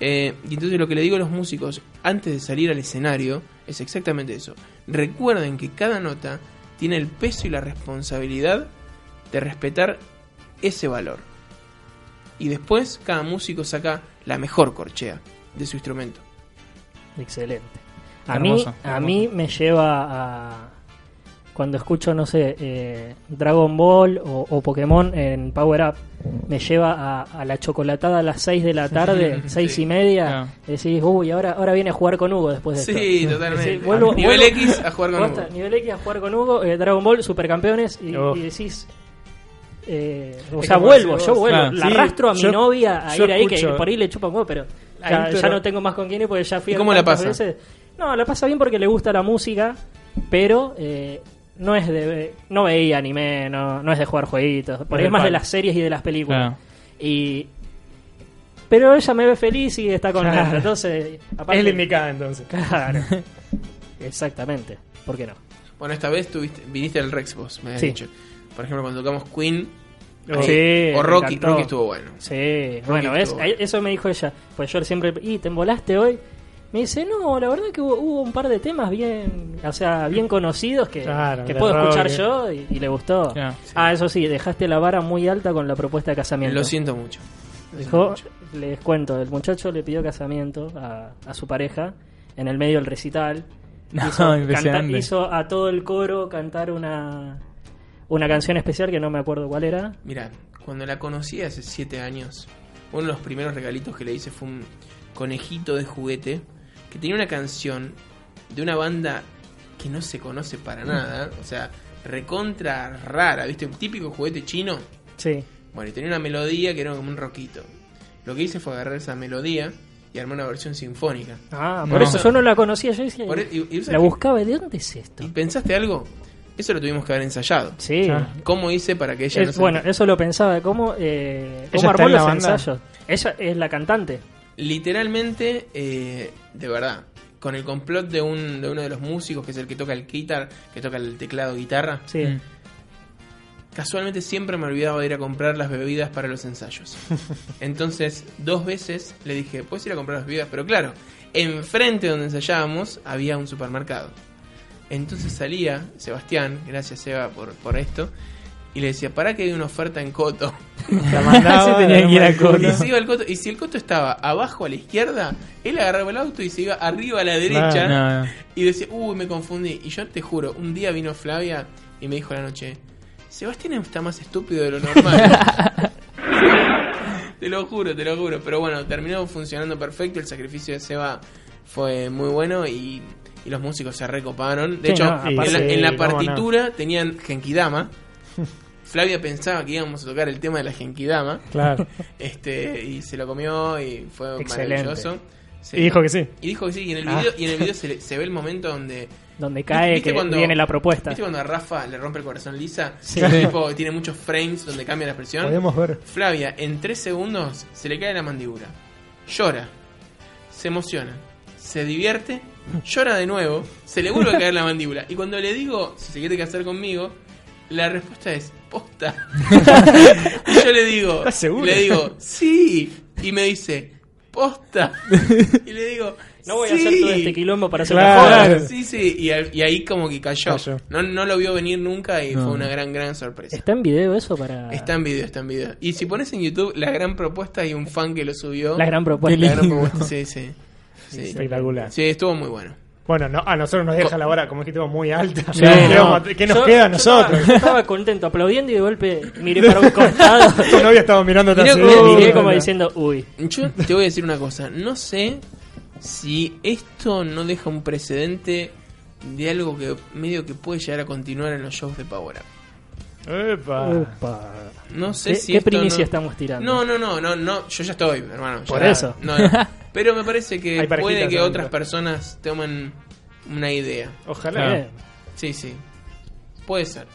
[SPEAKER 4] Eh, y entonces lo que le digo a los músicos antes de salir al escenario es exactamente eso. Recuerden que cada nota tiene el peso y la responsabilidad de respetar ese valor. Y después cada músico saca la mejor corchea de su instrumento.
[SPEAKER 1] Excelente. A
[SPEAKER 3] Hermoso,
[SPEAKER 1] mí, a mí me lleva a... Cuando escucho, no sé, eh, Dragon Ball o, o Pokémon en Power Up, me lleva a, a la chocolatada a las 6 de la tarde, 6 y media.
[SPEAKER 3] Claro.
[SPEAKER 1] Decís, uy, ahora, ahora viene a jugar con Hugo después de esto.
[SPEAKER 4] Sí, totalmente.
[SPEAKER 1] Sí, vuelvo-
[SPEAKER 4] Nivel
[SPEAKER 1] vuelvo-
[SPEAKER 4] X a jugar con
[SPEAKER 1] Posta,
[SPEAKER 4] Hugo.
[SPEAKER 1] Nivel X a jugar con Hugo, eh, Dragon Ball, Supercampeones y,
[SPEAKER 2] Oh.
[SPEAKER 1] y decís... eh, o
[SPEAKER 2] Es
[SPEAKER 1] sea,
[SPEAKER 2] como
[SPEAKER 1] vuelvo,
[SPEAKER 2] decís
[SPEAKER 1] yo
[SPEAKER 2] vos.
[SPEAKER 1] vuelvo,
[SPEAKER 3] Claro.
[SPEAKER 1] la
[SPEAKER 2] Ah, Sí,
[SPEAKER 1] arrastro a mi
[SPEAKER 2] yo-
[SPEAKER 1] novia a
[SPEAKER 2] yo
[SPEAKER 1] ir ahí, que
[SPEAKER 2] escucho-
[SPEAKER 1] por ahí le chupa un huevo, pero ya,
[SPEAKER 2] Ahí, pero-
[SPEAKER 1] ya no tengo más con quién ir porque ya fui
[SPEAKER 4] ¿Y cómo
[SPEAKER 1] a
[SPEAKER 4] la
[SPEAKER 1] tantas
[SPEAKER 4] pasa?
[SPEAKER 1] veces. No, la pasa bien porque le gusta la música, pero eh, no es de no veía anime, no, no es de jugar jueguitos, porque
[SPEAKER 2] del
[SPEAKER 1] es más de
[SPEAKER 2] palo.
[SPEAKER 1] las series y de las películas.
[SPEAKER 3] Claro.
[SPEAKER 1] Y pero ella me ve feliz y está con él. Entonces, aparte-
[SPEAKER 2] Es la indicada entonces.
[SPEAKER 1] Claro. Exactamente. ¿Por qué no?
[SPEAKER 4] Bueno, esta vez tuviste, viniste al Rex vos, me habías
[SPEAKER 1] Sí.
[SPEAKER 4] dicho. Por ejemplo, cuando tocamos Queen
[SPEAKER 1] Sí,
[SPEAKER 4] ahí- o
[SPEAKER 1] me
[SPEAKER 4] Rocky,
[SPEAKER 1] encantó.
[SPEAKER 4] Rocky estuvo bueno.
[SPEAKER 1] Sí, bueno, es,
[SPEAKER 4] estuvo bueno.
[SPEAKER 1] eso me dijo ella. Pues yo siempre, ¿y te embolaste hoy? Me dice, no, la verdad que hubo, hubo un par de temas bien, o sea, bien conocidos que,
[SPEAKER 2] Claro,
[SPEAKER 1] que
[SPEAKER 2] de
[SPEAKER 1] puedo escuchar
[SPEAKER 2] rock.
[SPEAKER 1] yo y, y le gustó.
[SPEAKER 3] Claro,
[SPEAKER 4] sí.
[SPEAKER 1] Ah, eso sí, dejaste la vara muy alta con la propuesta de casamiento.
[SPEAKER 4] Lo siento mucho. Lo siento
[SPEAKER 1] Dejó-
[SPEAKER 4] mucho.
[SPEAKER 1] les cuento, el muchacho le pidió casamiento a, a su pareja en el medio del recital.
[SPEAKER 3] No,
[SPEAKER 1] canta-
[SPEAKER 3] Ah, impresionante.
[SPEAKER 1] hizo a todo el coro cantar una, una canción especial que no me acuerdo cuál era.
[SPEAKER 4] Mira, cuando la conocí hace 7 años, uno de los primeros regalitos que le hice fue un conejito de juguete que tenía una canción de una banda que no se conoce
[SPEAKER 1] Mm.
[SPEAKER 4] para nada, o sea, recontra rara, ¿viste? Un típico juguete chino.
[SPEAKER 1] Sí.
[SPEAKER 4] Bueno, y tenía una melodía que era como un roquito. Lo que hice fue agarrar esa melodía y armar una versión sinfónica.
[SPEAKER 1] Ah,
[SPEAKER 3] No.
[SPEAKER 1] por eso yo no la conocía. Yo decía,
[SPEAKER 4] Por e- y- y-
[SPEAKER 1] la buscaba, ¿de dónde es esto?
[SPEAKER 4] ¿Y pensaste algo? Eso lo tuvimos que haber ensayado.
[SPEAKER 1] Sí.
[SPEAKER 2] Claro.
[SPEAKER 4] ¿Cómo hice para que ella
[SPEAKER 1] Es-
[SPEAKER 4] no se
[SPEAKER 1] bueno, eso lo pensaba, cómo, eh, cómo
[SPEAKER 2] ¿Ella está
[SPEAKER 1] armó
[SPEAKER 2] en la
[SPEAKER 1] los
[SPEAKER 2] banda?
[SPEAKER 1] ensayos. Ella es la cantante.
[SPEAKER 4] Literalmente, eh, de verdad, con el complot de, un, de uno de los músicos, que es el que toca el guitar, que toca el teclado guitarra,
[SPEAKER 1] Sí.
[SPEAKER 3] Mm.
[SPEAKER 4] casualmente siempre me olvidaba de ir a comprar las bebidas para los ensayos. Entonces, dos veces le dije, ¿puedes ir a comprar las bebidas? Pero claro, enfrente donde ensayábamos había un supermercado. Entonces salía Sebastián, gracias Seba por, por esto, y le decía, ¿para que hay una oferta en Coto?
[SPEAKER 2] La mandaba,
[SPEAKER 3] Sí, tenía
[SPEAKER 2] la
[SPEAKER 3] que ir a
[SPEAKER 2] mandaba al
[SPEAKER 3] Coto.
[SPEAKER 4] Y
[SPEAKER 2] culo.
[SPEAKER 4] se iba al coto, y si el coto estaba abajo a la izquierda, él agarraba el auto y se iba arriba a la derecha
[SPEAKER 3] No, no.
[SPEAKER 4] y decía, uy, me confundí. Y yo te juro, un día vino Flavia y me dijo a la noche, Sebastián está más estúpido de lo normal. te lo juro, te lo juro. Pero bueno, terminó funcionando perfecto, el sacrificio de Seba fue muy bueno y, y los músicos se recoparon. De
[SPEAKER 1] Sí,
[SPEAKER 4] hecho,
[SPEAKER 1] no,
[SPEAKER 4] en, la,
[SPEAKER 2] aparte-
[SPEAKER 4] en la
[SPEAKER 2] Sí, cómo no.
[SPEAKER 4] partitura tenían Genkidama. Flavia pensaba que íbamos a tocar el tema de la Genkidama.
[SPEAKER 2] Claro.
[SPEAKER 4] Este, y se lo comió y fue
[SPEAKER 1] Excelente.
[SPEAKER 4] maravilloso. Se-
[SPEAKER 2] Y dijo que sí.
[SPEAKER 4] y dijo que sí, y en el
[SPEAKER 1] Ah.
[SPEAKER 4] video, y en el video se, le- se ve el momento donde.
[SPEAKER 1] Donde cae
[SPEAKER 4] ¿Viste
[SPEAKER 1] que
[SPEAKER 4] cuando-
[SPEAKER 1] viene la propuesta.
[SPEAKER 4] ¿Viste cuando a Rafa le rompe el corazón Lisa?
[SPEAKER 1] Sí.
[SPEAKER 4] Que el tipo tiene muchos frames donde cambia la expresión.
[SPEAKER 2] Podemos ver.
[SPEAKER 4] Flavia, en tres segundos, se le cae la mandíbula. Llora. Se emociona. Se divierte. Llora de nuevo. Se le vuelve a caer la mandíbula. Y cuando le digo si se quiere casar conmigo, la respuesta es posta. Y yo le digo,
[SPEAKER 2] ¿Estás seguro?
[SPEAKER 4] le digo, sí. Y me dice, posta. Y le digo,
[SPEAKER 1] No voy a
[SPEAKER 4] "Sí".
[SPEAKER 1] hacer todo este quilombo para hacer una
[SPEAKER 2] Claro.
[SPEAKER 1] joda.
[SPEAKER 4] Claro, sí, sí. Y, al- y ahí como que cayó.
[SPEAKER 2] Cayó.
[SPEAKER 4] No, no lo vio venir nunca y
[SPEAKER 3] No.
[SPEAKER 4] fue una gran, gran sorpresa.
[SPEAKER 1] ¿Está en video eso para
[SPEAKER 4] Está en video, está en video. Y si pones en YouTube la gran propuesta y un fan que lo subió.
[SPEAKER 1] la gran propuesta?
[SPEAKER 4] La gran propuesta, sí, sí. Sí,
[SPEAKER 2] Espectacular.
[SPEAKER 4] Sí, estuvo muy bueno.
[SPEAKER 2] Bueno, no, a nosotros nos deja la vara, como dijiste, vos, muy alta.
[SPEAKER 1] Sí,
[SPEAKER 2] ¿Qué,
[SPEAKER 1] no.
[SPEAKER 2] vamos a- qué nos
[SPEAKER 1] Yo-
[SPEAKER 2] queda a
[SPEAKER 1] yo estaba-
[SPEAKER 2] nosotros?
[SPEAKER 1] Yo estaba contento, aplaudiendo y de golpe miré para un costado.
[SPEAKER 2] Tu novia estaba mirando atrás.
[SPEAKER 4] Mirá,
[SPEAKER 2] Sí,
[SPEAKER 4] uh,
[SPEAKER 1] miré
[SPEAKER 2] no,
[SPEAKER 1] como
[SPEAKER 2] no.
[SPEAKER 1] diciendo, uy.
[SPEAKER 4] Yo te voy a decir una cosa. No sé si esto no deja un precedente de algo que medio que puede llegar a continuar en los shows de Power Up.
[SPEAKER 2] Epa.
[SPEAKER 1] Uh. Upa.
[SPEAKER 4] No sé
[SPEAKER 1] ¿Qué,
[SPEAKER 4] si.
[SPEAKER 1] qué
[SPEAKER 4] esto
[SPEAKER 1] primicia
[SPEAKER 4] no-
[SPEAKER 1] estamos tirando?
[SPEAKER 4] No, no, no, no, no, yo ya estoy, hermano. ya.
[SPEAKER 1] Por eso.
[SPEAKER 4] No, no. Pero me parece que
[SPEAKER 2] Hay parejitas
[SPEAKER 4] puede que
[SPEAKER 2] adentro.
[SPEAKER 4] otras personas tomen una idea.
[SPEAKER 2] Ojalá.
[SPEAKER 1] Bien.
[SPEAKER 4] Sí, sí. Puede ser.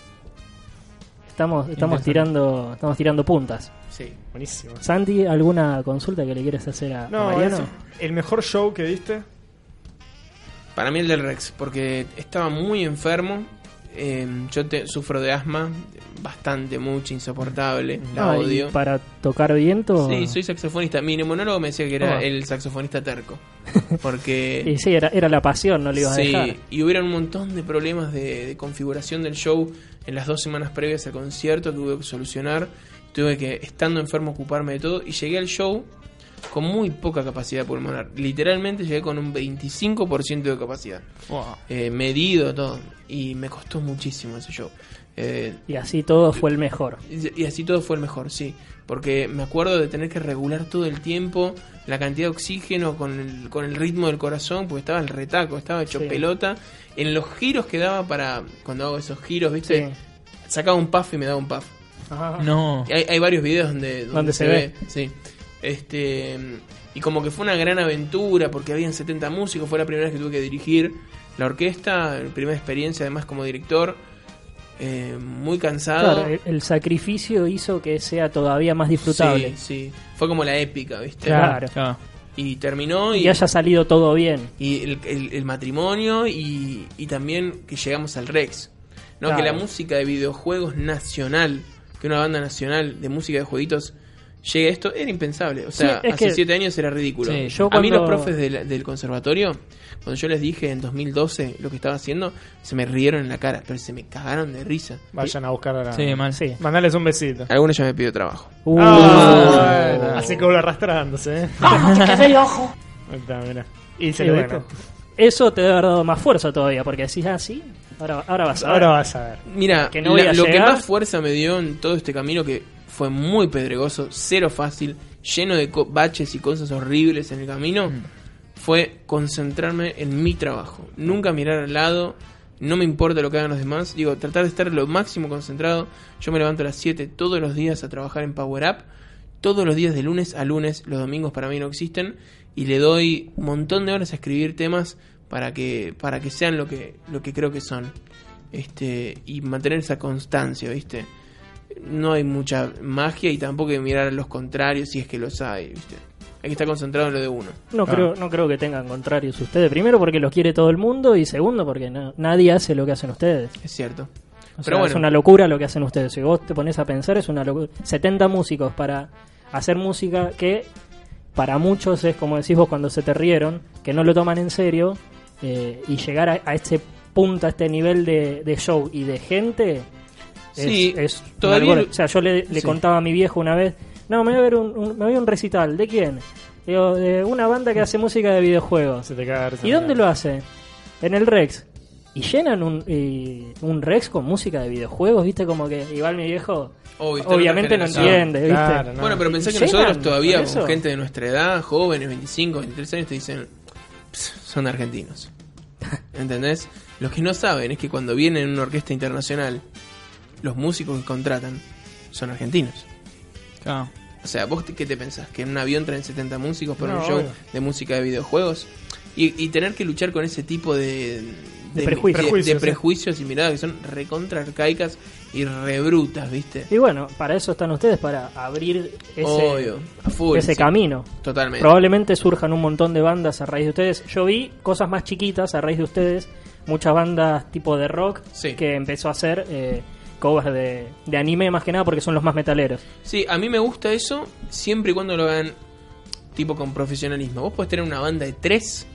[SPEAKER 1] Estamos, estamos
[SPEAKER 3] Interesante.
[SPEAKER 1] tirando, estamos tirando puntas.
[SPEAKER 4] Sí.
[SPEAKER 2] Buenísimo.
[SPEAKER 1] Santi, ¿alguna consulta que le quieres hacer a, a
[SPEAKER 2] No,
[SPEAKER 1] Mariano?
[SPEAKER 2] eso- el mejor show que diste.
[SPEAKER 4] Para mí el del Rex, porque estaba muy enfermo. eh, yo te, sufro de asma, bastante, mucho, insoportable. La
[SPEAKER 1] Ah, ¿y
[SPEAKER 4] odio.
[SPEAKER 1] para tocar viento.
[SPEAKER 4] Sí, soy saxofonista. Mi monólogo me decía que era
[SPEAKER 1] Ah.
[SPEAKER 4] el saxofonista terco.
[SPEAKER 1] Y
[SPEAKER 4] Porque.
[SPEAKER 1] eh, sí, era, era la pasión, no le ibas
[SPEAKER 4] sí,
[SPEAKER 1] a dejar.
[SPEAKER 4] y hubiera un montón de problemas de, de configuración del show en las dos semanas previas al concierto que tuve que solucionar. Tuve que, estando enfermo, ocuparme de todo. Y llegué al show con muy poca capacidad pulmonar. Literalmente llegué con un 25% de capacidad. Eh, medido todo. Y me costó muchísimo ese show. Eh,
[SPEAKER 1] Y así todo fue el mejor.
[SPEAKER 4] y y así todo fue el mejor, sí. Porque me acuerdo de tener que regular todo el tiempo la cantidad de oxígeno con el, con el ritmo del corazón, porque estaba el retaco, estaba hecho
[SPEAKER 1] Sí.
[SPEAKER 4] pelota. En los giros que daba para. Cuando hago esos giros, ¿viste?
[SPEAKER 1] Sí.
[SPEAKER 4] Sacaba un puff y me daba un puff.
[SPEAKER 1] Ajá.
[SPEAKER 3] No.
[SPEAKER 4] Y Hay, hay varios videos donde,
[SPEAKER 1] Donde se ve.
[SPEAKER 4] Sí. Este, y como que fue una gran aventura porque habían 70 músicos, fue la primera vez que tuve que dirigir la orquesta, primera experiencia además como director. eh, muy cansado.
[SPEAKER 1] Claro, el, el sacrificio hizo que sea todavía más disfrutable.
[SPEAKER 4] Sí, sí. Fue como la épica, ¿viste?
[SPEAKER 1] Claro.
[SPEAKER 3] Claro.
[SPEAKER 4] Y terminó y,
[SPEAKER 1] Y haya salido todo bien.
[SPEAKER 4] y el, el- el matrimonio y, y también que llegamos al Rex. ¿no?
[SPEAKER 1] Claro.
[SPEAKER 4] Que la música de videojuegos nacional, que una banda nacional de música de jueguitos llegue a esto, era impensable. O sea,
[SPEAKER 1] Sí, es
[SPEAKER 4] hace
[SPEAKER 1] que-
[SPEAKER 4] siete años era ridículo.
[SPEAKER 3] Sí,
[SPEAKER 1] yo
[SPEAKER 4] A mí
[SPEAKER 1] cuando-
[SPEAKER 4] los profes de la- del conservatorio, cuando yo les dije en 2012 lo que estaba haciendo, se me rieron en la cara, pero se me cagaron de risa.
[SPEAKER 2] Vayan a buscar a la...
[SPEAKER 3] Sí, mal.
[SPEAKER 1] Sí.
[SPEAKER 2] Mandales un besito.
[SPEAKER 4] Algunos ya me pidió trabajo.
[SPEAKER 1] Uh,
[SPEAKER 2] Ah, bueno. Así que vuelve arrastrándose. ¿eh?
[SPEAKER 1] Ah,
[SPEAKER 2] Ahí está, mirá. Y se
[SPEAKER 1] Sí,
[SPEAKER 2] lo
[SPEAKER 1] ¿viste?
[SPEAKER 2] bueno.
[SPEAKER 1] Eso te debe haber dado más fuerza todavía, porque decís, ah, sí, ahora, ahora vas a ver.
[SPEAKER 2] pues Ahora vas a ver.
[SPEAKER 4] Mira,
[SPEAKER 1] Que no voy
[SPEAKER 4] la-
[SPEAKER 1] a
[SPEAKER 4] lo que
[SPEAKER 1] llegar.
[SPEAKER 4] más fuerza me dio en todo este camino, que fue muy pedregoso, cero fácil, lleno de co- baches y cosas horribles en el camino,
[SPEAKER 1] Mm.
[SPEAKER 3] Mm.
[SPEAKER 4] fue concentrarme en mi trabajo. Nunca mirar al lado, no me importa lo que hagan los demás. Digo, tratar de estar lo máximo concentrado. Yo me levanto a las 7 todos los días a trabajar en Power Up. Todos los días de lunes a lunes, los domingos para mí no existen. Y le doy un montón de horas a escribir temas para que, para que sean lo que, lo que creo que son este y mantener esa constancia, ¿viste? No hay mucha magia y tampoco hay que mirar a los contrarios si es que los hay, ¿viste? Hay que estar concentrado en lo de uno.
[SPEAKER 1] No, creo, no creo que tengan contrarios ustedes. Primero, porque los quiere todo el mundo. Y segundo, porque na- nadie hace lo que hacen ustedes.
[SPEAKER 4] Es cierto.
[SPEAKER 1] O
[SPEAKER 4] Pero
[SPEAKER 1] sea,
[SPEAKER 4] bueno.
[SPEAKER 1] Es una locura lo que hacen ustedes. Si vos te pones a pensar, es una locura. 70 músicos para hacer música que para muchos es como decís vos cuando se te rieron, que no lo toman en serio. eh, y llegar a, a este punto, a este nivel de, de show y de gente. Es,
[SPEAKER 4] Sí,
[SPEAKER 1] es una
[SPEAKER 4] todavía
[SPEAKER 1] locura.
[SPEAKER 4] lo-
[SPEAKER 1] O sea, yo le, le
[SPEAKER 4] Sí.
[SPEAKER 1] contaba a mi viejo una vez: No, me voy a ver un, un- me voy a un recital. ¿De quién? Digo, de una banda que hace música de videojuegos.
[SPEAKER 2] Se te cae.
[SPEAKER 1] ¿Y dónde lo hace? En el Rex. Y llenan un, y- un Rex con música de videojuegos, ¿viste? Como que igual mi viejo
[SPEAKER 4] Oh, está en
[SPEAKER 1] obviamente
[SPEAKER 4] otra
[SPEAKER 1] no
[SPEAKER 4] generación.
[SPEAKER 1] entiende, ¿viste?
[SPEAKER 2] Claro, no.
[SPEAKER 4] Bueno, pero pensé que
[SPEAKER 1] Llenan
[SPEAKER 4] nosotros
[SPEAKER 1] con
[SPEAKER 4] todavía,
[SPEAKER 1] eso.
[SPEAKER 4] con gente de nuestra edad, jóvenes, 25, 23 años, te dicen, "Ps, son argentinos. ¿Entendés? Los que no saben es que cuando vienen una orquesta internacional, los músicos que contratan son argentinos.
[SPEAKER 3] Claro.
[SPEAKER 4] O sea, ¿vos te- qué te pensás? ¿Que en un avión traen 70 músicos para
[SPEAKER 2] No,
[SPEAKER 4] un show
[SPEAKER 2] obvio.
[SPEAKER 4] de música de videojuegos? Y, y tener que luchar con ese tipo de,
[SPEAKER 1] De prejuicios.
[SPEAKER 4] de- de
[SPEAKER 2] Prejuicios, sí.
[SPEAKER 4] prejuicios y miradas que son recontra arcaicas y rebrutas, ¿viste?
[SPEAKER 1] Y bueno, para eso están ustedes, para abrir ese,
[SPEAKER 4] Obvio, a full.
[SPEAKER 1] ese
[SPEAKER 4] sí,
[SPEAKER 1] camino.
[SPEAKER 4] Totalmente.
[SPEAKER 1] Probablemente surjan un montón de bandas a raíz de ustedes. Yo vi cosas más chiquitas a raíz de ustedes, muchas bandas tipo de rock
[SPEAKER 4] Sí.
[SPEAKER 1] que empezó a hacer eh, covers de, de anime más que nada porque son los más metaleros.
[SPEAKER 4] Sí, a mí me gusta eso siempre y cuando lo hagan tipo con profesionalismo. Vos podés tener una banda de tres,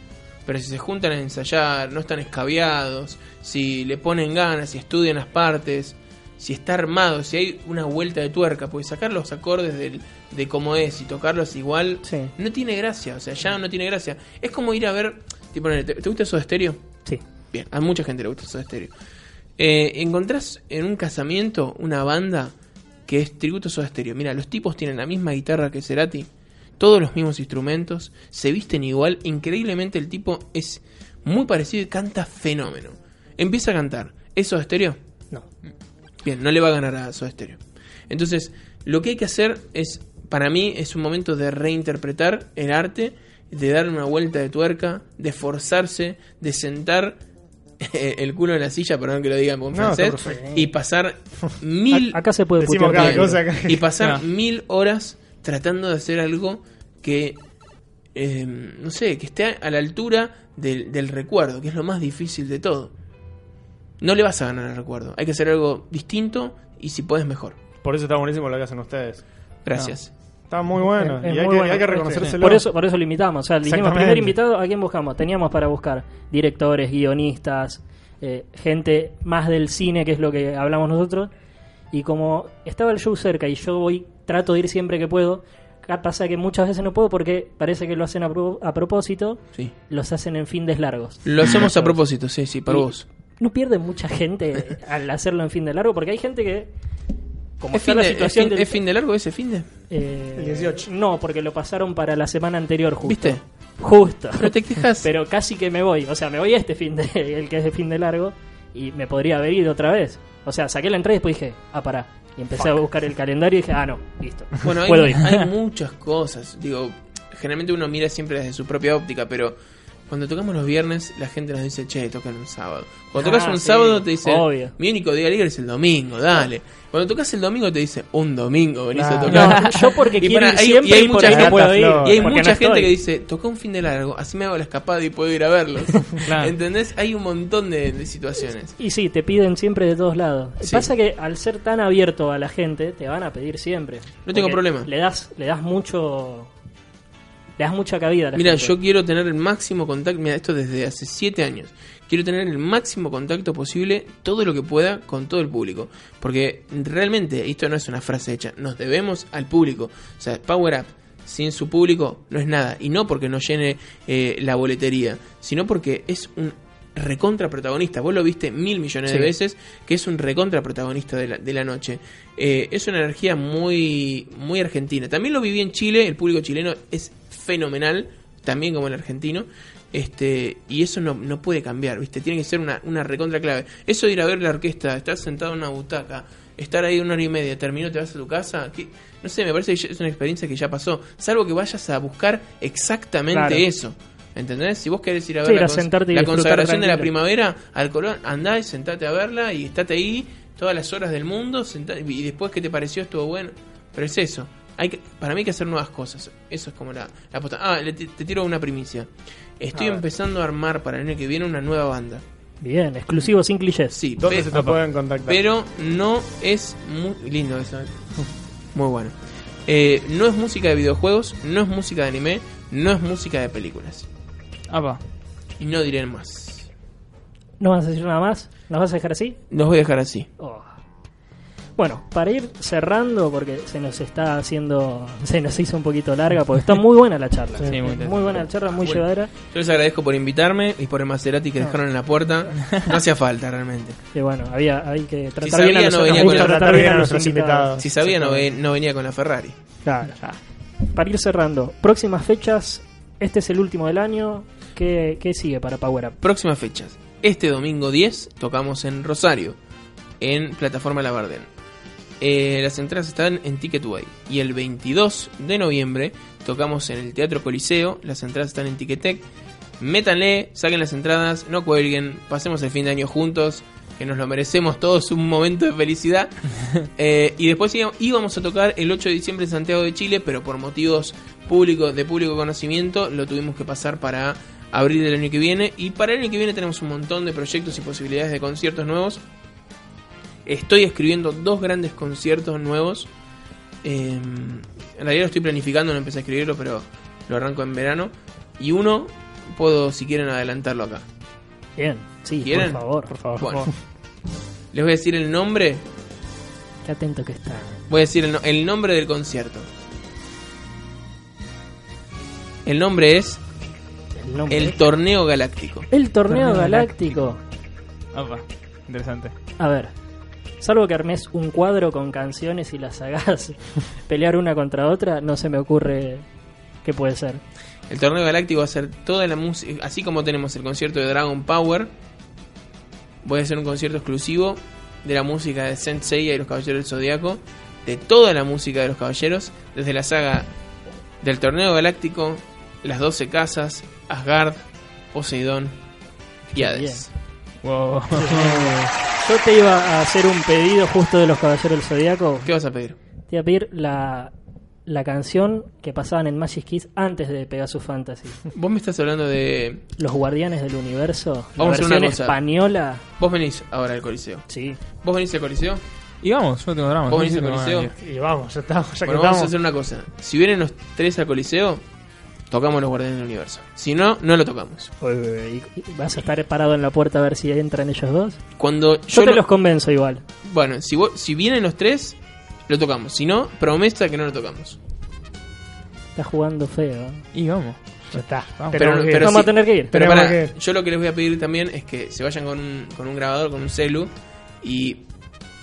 [SPEAKER 4] pero si se juntan a ensayar, no están escabeados, si le ponen ganas, si estudian las partes, si está armado, si hay una vuelta de tuerca, porque sacar los acordes del- de cómo es y tocarlos igual
[SPEAKER 1] Sí.
[SPEAKER 4] no tiene gracia, o sea, ya no tiene gracia. Es como ir a ver, tipo, ¿te, te gusta eso de estéreo?
[SPEAKER 1] Sí.
[SPEAKER 4] Bien, a mucha gente le gusta Soda Stereo. Eh, encontrás en un casamiento una banda que es tributo a Soda Stereo. Mira, los tipos tienen la misma guitarra que Cerati, todos los mismos instrumentos, se visten igual. Increíblemente, el tipo es muy parecido y canta fenómeno. Empieza a cantar. ¿Es Soda Stereo?
[SPEAKER 1] No.
[SPEAKER 4] Bien, no le va a ganar a Soda Stereo. Entonces, lo que hay que hacer es, para mí, es un momento de reinterpretar el arte, de dar una vuelta de tuerca, de forzarse, de sentar eh, el culo en la silla, perdón que lo digan en
[SPEAKER 2] No, está
[SPEAKER 4] francés,
[SPEAKER 2] perfecto.
[SPEAKER 4] y pasar mil,
[SPEAKER 1] A- acá se puede
[SPEAKER 2] Decimos
[SPEAKER 1] putear
[SPEAKER 2] cada
[SPEAKER 1] todo.
[SPEAKER 2] cosa acá. Ah.
[SPEAKER 4] y pasar
[SPEAKER 3] No.
[SPEAKER 4] mil horas tratando de hacer algo que, eh, no sé, que esté a la altura del, del recuerdo, que es lo más difícil de todo. No le vas a ganar al recuerdo. Hay que hacer algo distinto y si puedes mejor.
[SPEAKER 2] Por eso está buenísimo lo que hacen ustedes.
[SPEAKER 4] Gracias.
[SPEAKER 2] Está muy bueno.
[SPEAKER 1] Es- es
[SPEAKER 2] y hay,
[SPEAKER 1] muy
[SPEAKER 2] que,
[SPEAKER 1] bueno.
[SPEAKER 2] hay que reconocérselo.
[SPEAKER 1] Por eso, por eso lo invitamos. O sea, dijimos,
[SPEAKER 2] Exactamente.
[SPEAKER 1] primer invitado, ¿a quién buscamos? Teníamos para buscar directores, guionistas, eh, gente más del cine, que es lo que hablamos nosotros. Y como estaba el show cerca y yo voy, trato de ir siempre que puedo, acá pasa que muchas veces no puedo porque parece que lo hacen a, pro- a propósito,
[SPEAKER 4] Sí.
[SPEAKER 1] los hacen en fines largos.
[SPEAKER 4] Lo hacemos a propósito, sí, sí, para
[SPEAKER 1] Y-
[SPEAKER 4] vos.
[SPEAKER 1] No pierde mucha gente al hacerlo en fin de largo porque hay gente que, como
[SPEAKER 4] ¿Es
[SPEAKER 1] está
[SPEAKER 4] fin,
[SPEAKER 1] la
[SPEAKER 4] de, es
[SPEAKER 1] situación
[SPEAKER 4] fin-
[SPEAKER 1] del-
[SPEAKER 4] es fin de largo ese fin de?
[SPEAKER 1] eh,
[SPEAKER 2] El 18.
[SPEAKER 1] No, porque lo pasaron para la semana anterior justo.
[SPEAKER 4] ¿Viste?
[SPEAKER 1] Justo.
[SPEAKER 4] No te quejas.
[SPEAKER 1] Pero casi que me voy. O sea, me voy a este fin de, el que es de fin de largo, y me podría haber ido otra vez. O sea, saqué la entrada y después dije, ah, pará. Y empecé a buscar el calendario y dije, ah, no, listo.
[SPEAKER 4] Bueno, hay,
[SPEAKER 1] Puedo ir.
[SPEAKER 4] hay muchas cosas. Digo, generalmente uno mira siempre desde su propia óptica, pero Cuando tocamos los viernes, la gente nos dice, che, tocan un sábado. Cuando tocas
[SPEAKER 1] Ah,
[SPEAKER 4] un
[SPEAKER 1] sí,
[SPEAKER 4] sábado, te dicen,
[SPEAKER 1] obvio.
[SPEAKER 4] mi único día libre es el domingo, dale. Cuando tocas el domingo, te dicen, un domingo venís a
[SPEAKER 2] Claro.
[SPEAKER 4] tocar.
[SPEAKER 1] No, yo porque
[SPEAKER 4] Y
[SPEAKER 1] quiero
[SPEAKER 4] pará,
[SPEAKER 1] ir
[SPEAKER 4] hay-
[SPEAKER 1] siempre
[SPEAKER 4] y
[SPEAKER 1] y,
[SPEAKER 4] hay
[SPEAKER 1] por
[SPEAKER 4] mucha
[SPEAKER 1] ahí
[SPEAKER 4] gente-
[SPEAKER 1] no puedo ir.
[SPEAKER 2] y
[SPEAKER 4] Y
[SPEAKER 1] porque
[SPEAKER 4] hay mucha
[SPEAKER 1] no
[SPEAKER 4] gente
[SPEAKER 1] estoy.
[SPEAKER 4] que dice, toca un fin de largo, así me hago la escapada y puedo ir a verlos.
[SPEAKER 3] Claro.
[SPEAKER 4] ¿Entendés? Hay un montón de, de situaciones.
[SPEAKER 1] Y sí, te piden siempre de todos lados.
[SPEAKER 4] Sí.
[SPEAKER 1] Pasa que al ser tan abierto a la gente, te van a pedir siempre.
[SPEAKER 4] No tengo
[SPEAKER 1] Porque
[SPEAKER 4] problema.
[SPEAKER 1] Le das, le das mucho. Le das mucha cabida a la
[SPEAKER 4] Mira,
[SPEAKER 1] gente.
[SPEAKER 4] yo quiero tener el máximo contacto, mira, esto desde hace 7 años. Quiero tener el máximo contacto posible, todo lo que pueda, con todo el público. Porque realmente, esto no es una frase hecha, nos debemos al público. O sea, Power Up sin su público no es nada. Y no porque nos llene eh, la boletería, sino porque es un recontra protagonista. Vos lo viste mil millones de
[SPEAKER 2] Sí.
[SPEAKER 4] veces, que es un recontra protagonista de la, de la noche. Eh, es una energía muy, muy argentina. También lo viví en Chile, el público chileno es fenomenal, también como el argentino. Este, y eso no, no puede cambiar, ¿viste? Tiene que ser una, una recontra clave. Eso de ir a ver la orquesta, estar sentado en una butaca, estar ahí una hora y media, terminó, te vas a tu casa. que- no sé, me parece que ya- es una experiencia que ya pasó. Salvo que vayas a buscar exactamente
[SPEAKER 1] Claro.
[SPEAKER 4] eso. ¿Entendés? Si vos querés ir a
[SPEAKER 1] Sí,
[SPEAKER 4] ver
[SPEAKER 1] ir
[SPEAKER 4] la,
[SPEAKER 1] a
[SPEAKER 4] cons-
[SPEAKER 1] sentarte y
[SPEAKER 4] la
[SPEAKER 1] disfrutar
[SPEAKER 4] consagración de la
[SPEAKER 1] tranquilo.
[SPEAKER 4] primavera al Colón, andá y sentate a verla y estate ahí todas las horas del mundo sentá- y después que te pareció estuvo bueno. Pero es eso. Hay que, para mí hay que hacer nuevas cosas. Eso es como la, la posta. Ah, le- te, te tiro una primicia. Estoy empezando a armar para el año que viene una nueva banda.
[SPEAKER 1] Bien, exclusivo sin clichés.
[SPEAKER 4] Sí,
[SPEAKER 2] ¿Dónde
[SPEAKER 4] pe-
[SPEAKER 2] se te pueden contactar?
[SPEAKER 4] pero no es muy lindo eso. eh. Muy bueno. Eh, no es música de videojuegos, no es música de anime, no es música de películas.
[SPEAKER 3] Apa.
[SPEAKER 4] Y no diré más.
[SPEAKER 1] ¿No vas a decir nada más? ¿Nos vas a dejar así?
[SPEAKER 4] Los voy a dejar así.
[SPEAKER 1] Oh. Bueno, para ir cerrando, porque se nos está haciendo. Se nos hizo un poquito larga, porque está muy buena la charla.
[SPEAKER 3] Sí, muy interesante.
[SPEAKER 1] muy buena la charla, muy
[SPEAKER 4] Bueno.
[SPEAKER 1] llevadera.
[SPEAKER 4] Yo les agradezco por invitarme y por el Maserati que dejaron en la puerta. No hacía falta realmente.
[SPEAKER 1] Que bueno, había, hay que tratar
[SPEAKER 4] sabía,
[SPEAKER 1] bien a
[SPEAKER 4] no
[SPEAKER 1] los,
[SPEAKER 4] venía
[SPEAKER 1] nos gusta
[SPEAKER 4] con la-
[SPEAKER 1] tratar bien a
[SPEAKER 2] tratar
[SPEAKER 1] nuestros
[SPEAKER 2] bien a nuestros
[SPEAKER 1] invitados.
[SPEAKER 4] Si sabía, no, ve- no venía con la Ferrari.
[SPEAKER 1] Claro. Para ir cerrando, próximas fechas. Este es el último del año. ¿Qué, qué sigue para Power Up?
[SPEAKER 4] Próximas fechas. Este domingo 10 tocamos en Rosario, en Plataforma Labardén. Eh, las entradas están en Ticketway. Y el 22 de noviembre tocamos en el Teatro Coliseo. Las entradas están en Ticketek. Métanle, saquen las entradas, no cuelguen, pasemos el fin de año juntos, que nos lo merecemos todos un momento de felicidad. Eh, y después íbamos- íbamos a tocar el 8 de diciembre en Santiago de Chile, pero por motivos públicos de público conocimiento lo tuvimos que pasar para abril del año que viene. Y para el año que viene tenemos un montón de proyectos y posibilidades de conciertos nuevos. Estoy escribiendo dos grandes conciertos nuevos. Eh, en realidad lo estoy planificando, no empecé a escribirlo, pero lo arranco en verano. Y uno puedo, si quieren, adelantarlo acá.
[SPEAKER 1] Bien, sí,
[SPEAKER 4] ¿Quieren?
[SPEAKER 1] por favor.
[SPEAKER 2] Por favor.
[SPEAKER 4] Bueno, les voy a decir el nombre.
[SPEAKER 1] Qué atento que está.
[SPEAKER 4] Voy a decir el, no- el nombre del concierto. El nombre es
[SPEAKER 1] El nombre.
[SPEAKER 4] El Torneo Galáctico.
[SPEAKER 1] El torneo,
[SPEAKER 3] Torneo
[SPEAKER 1] galáctico.
[SPEAKER 3] Apa. Interesante.
[SPEAKER 1] A ver. Salvo que armes un cuadro con canciones y las hagas pelear una contra otra, no se me ocurre qué puede ser.
[SPEAKER 4] El Torneo Galáctico va a ser toda la música. Así como tenemos el concierto de Dragon Power, voy a hacer un concierto exclusivo de la música de Sensei y los Caballeros del Zodiaco. De toda la música de los Caballeros, desde la saga del Torneo Galáctico, Las 12 Casas, Asgard, Poseidón y Hades.
[SPEAKER 3] Wow.
[SPEAKER 1] Yo te iba a hacer un pedido justo de los Caballeros del Zodíaco.
[SPEAKER 4] ¿Qué vas a pedir?
[SPEAKER 1] Te iba a pedir la, la canción que pasaban en Magic Kiss antes de Pegasus Fantasy.
[SPEAKER 4] Vos me estás hablando de.
[SPEAKER 1] Los Guardianes del Universo, la
[SPEAKER 4] Vamos a hacer una
[SPEAKER 1] versión
[SPEAKER 4] cosa.
[SPEAKER 1] española.
[SPEAKER 4] Vos venís ahora al Coliseo.
[SPEAKER 1] Sí.
[SPEAKER 4] ¿Vos venís al Coliseo?
[SPEAKER 3] Y vamos, yo no tengo drama.
[SPEAKER 4] ¿Vos venís
[SPEAKER 3] no
[SPEAKER 4] al
[SPEAKER 3] tengo
[SPEAKER 4] Coliseo?
[SPEAKER 3] nada que-
[SPEAKER 2] Y vamos, ya estamos, ya
[SPEAKER 4] Bueno,
[SPEAKER 2] que
[SPEAKER 4] vamos a
[SPEAKER 2] estamos.
[SPEAKER 4] hacer una cosa. Si vienen los tres al Coliseo, tocamos los Guardianes del Universo. Si no, no lo tocamos.
[SPEAKER 1] Oye, ¿y- y ¿Vas a estar parado en la puerta a ver si entran ellos dos?
[SPEAKER 4] Cuando yo.
[SPEAKER 1] Yo, te
[SPEAKER 4] lo-
[SPEAKER 1] los convenzo igual.
[SPEAKER 4] Bueno, si, vos- si vienen los tres, lo tocamos. Si no, promesa que no lo tocamos.
[SPEAKER 1] Está jugando feo. ¿eh?
[SPEAKER 3] Y vamos.
[SPEAKER 2] Ya está.
[SPEAKER 3] Vamos.
[SPEAKER 2] Tenemos
[SPEAKER 4] Pero-
[SPEAKER 2] que-
[SPEAKER 4] pero-
[SPEAKER 1] Vamos
[SPEAKER 4] sí.
[SPEAKER 1] a tener que ir.
[SPEAKER 4] Pero
[SPEAKER 2] Tenemos
[SPEAKER 4] pará,
[SPEAKER 2] que-
[SPEAKER 4] yo lo que les voy a pedir también es que se vayan con un, con un grabador, con un celu y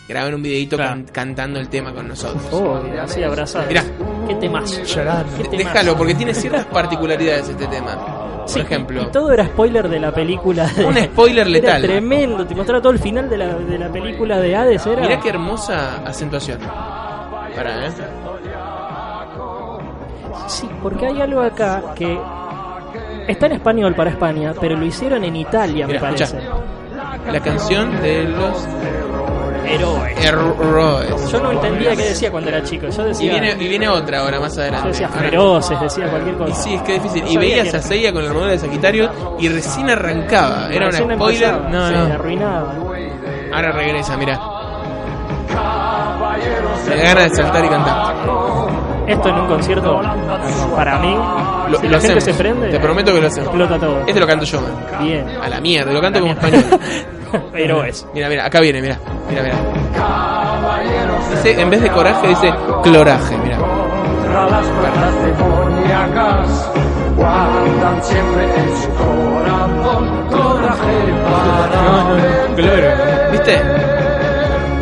[SPEAKER 4] graben un videito
[SPEAKER 3] Claro.
[SPEAKER 4] can- cantando el tema con nosotros.
[SPEAKER 1] Oh, así abrazado.
[SPEAKER 4] Mirá.
[SPEAKER 1] Qué temazo.
[SPEAKER 2] Llorando.
[SPEAKER 1] Qué temazo.
[SPEAKER 4] Déjalo, porque tiene ciertas particularidades este tema. Por
[SPEAKER 1] Sí,
[SPEAKER 4] ejemplo.
[SPEAKER 1] y todo era spoiler de la película. de-
[SPEAKER 4] Un spoiler
[SPEAKER 1] Era
[SPEAKER 4] letal.
[SPEAKER 1] tremendo. Te mostraba todo el final de la, de la película de Hades. Era.
[SPEAKER 4] Mirá qué hermosa acentuación. Pará, ¿eh?
[SPEAKER 1] Sí, porque hay algo acá que Está en español para España, pero lo hicieron en Italia,
[SPEAKER 4] Mira,
[SPEAKER 1] me parece.
[SPEAKER 4] La canción de los
[SPEAKER 1] Héroes.
[SPEAKER 4] Errores.
[SPEAKER 1] eh, Yo no entendía qué decía cuando era chico. Yo
[SPEAKER 4] Y
[SPEAKER 1] decía,
[SPEAKER 4] viene, y viene otra ahora, más
[SPEAKER 1] yo
[SPEAKER 4] adelante.
[SPEAKER 1] decía
[SPEAKER 4] Ahora-
[SPEAKER 1] feroces, decía cualquier
[SPEAKER 4] Y
[SPEAKER 1] cosa.
[SPEAKER 4] sí, es que es difícil.
[SPEAKER 1] No
[SPEAKER 4] Y
[SPEAKER 1] sabía
[SPEAKER 4] veías
[SPEAKER 1] que
[SPEAKER 4] a
[SPEAKER 1] era.
[SPEAKER 4] Seiya con el modelo de Sagitario y recién arrancaba. Era un
[SPEAKER 1] Recién
[SPEAKER 4] spoiler.
[SPEAKER 1] empezaba,
[SPEAKER 4] No,
[SPEAKER 1] se
[SPEAKER 4] no.
[SPEAKER 1] arruinaba.
[SPEAKER 4] Ahora regresa, mira. Me da ganas de saltar y cantar.
[SPEAKER 1] Esto en un concierto, para mí,
[SPEAKER 4] Lo,
[SPEAKER 1] si
[SPEAKER 4] lo
[SPEAKER 1] la gente
[SPEAKER 4] hacemos.
[SPEAKER 1] se prende,
[SPEAKER 4] Te prometo que lo hacemos.
[SPEAKER 1] explota todo.
[SPEAKER 4] Este lo canto yo, man.
[SPEAKER 1] Bien.
[SPEAKER 4] A la mierda, lo canto como español.
[SPEAKER 1] Héroes.
[SPEAKER 4] Mira, mira, acá viene, mira. Mira, mira. Dice, en vez de coraje, dice cloraje, mira.
[SPEAKER 5] Tra las cuerdas demoníacas guardan siempre en su corazón coraje para vencer.
[SPEAKER 4] ¿Viste?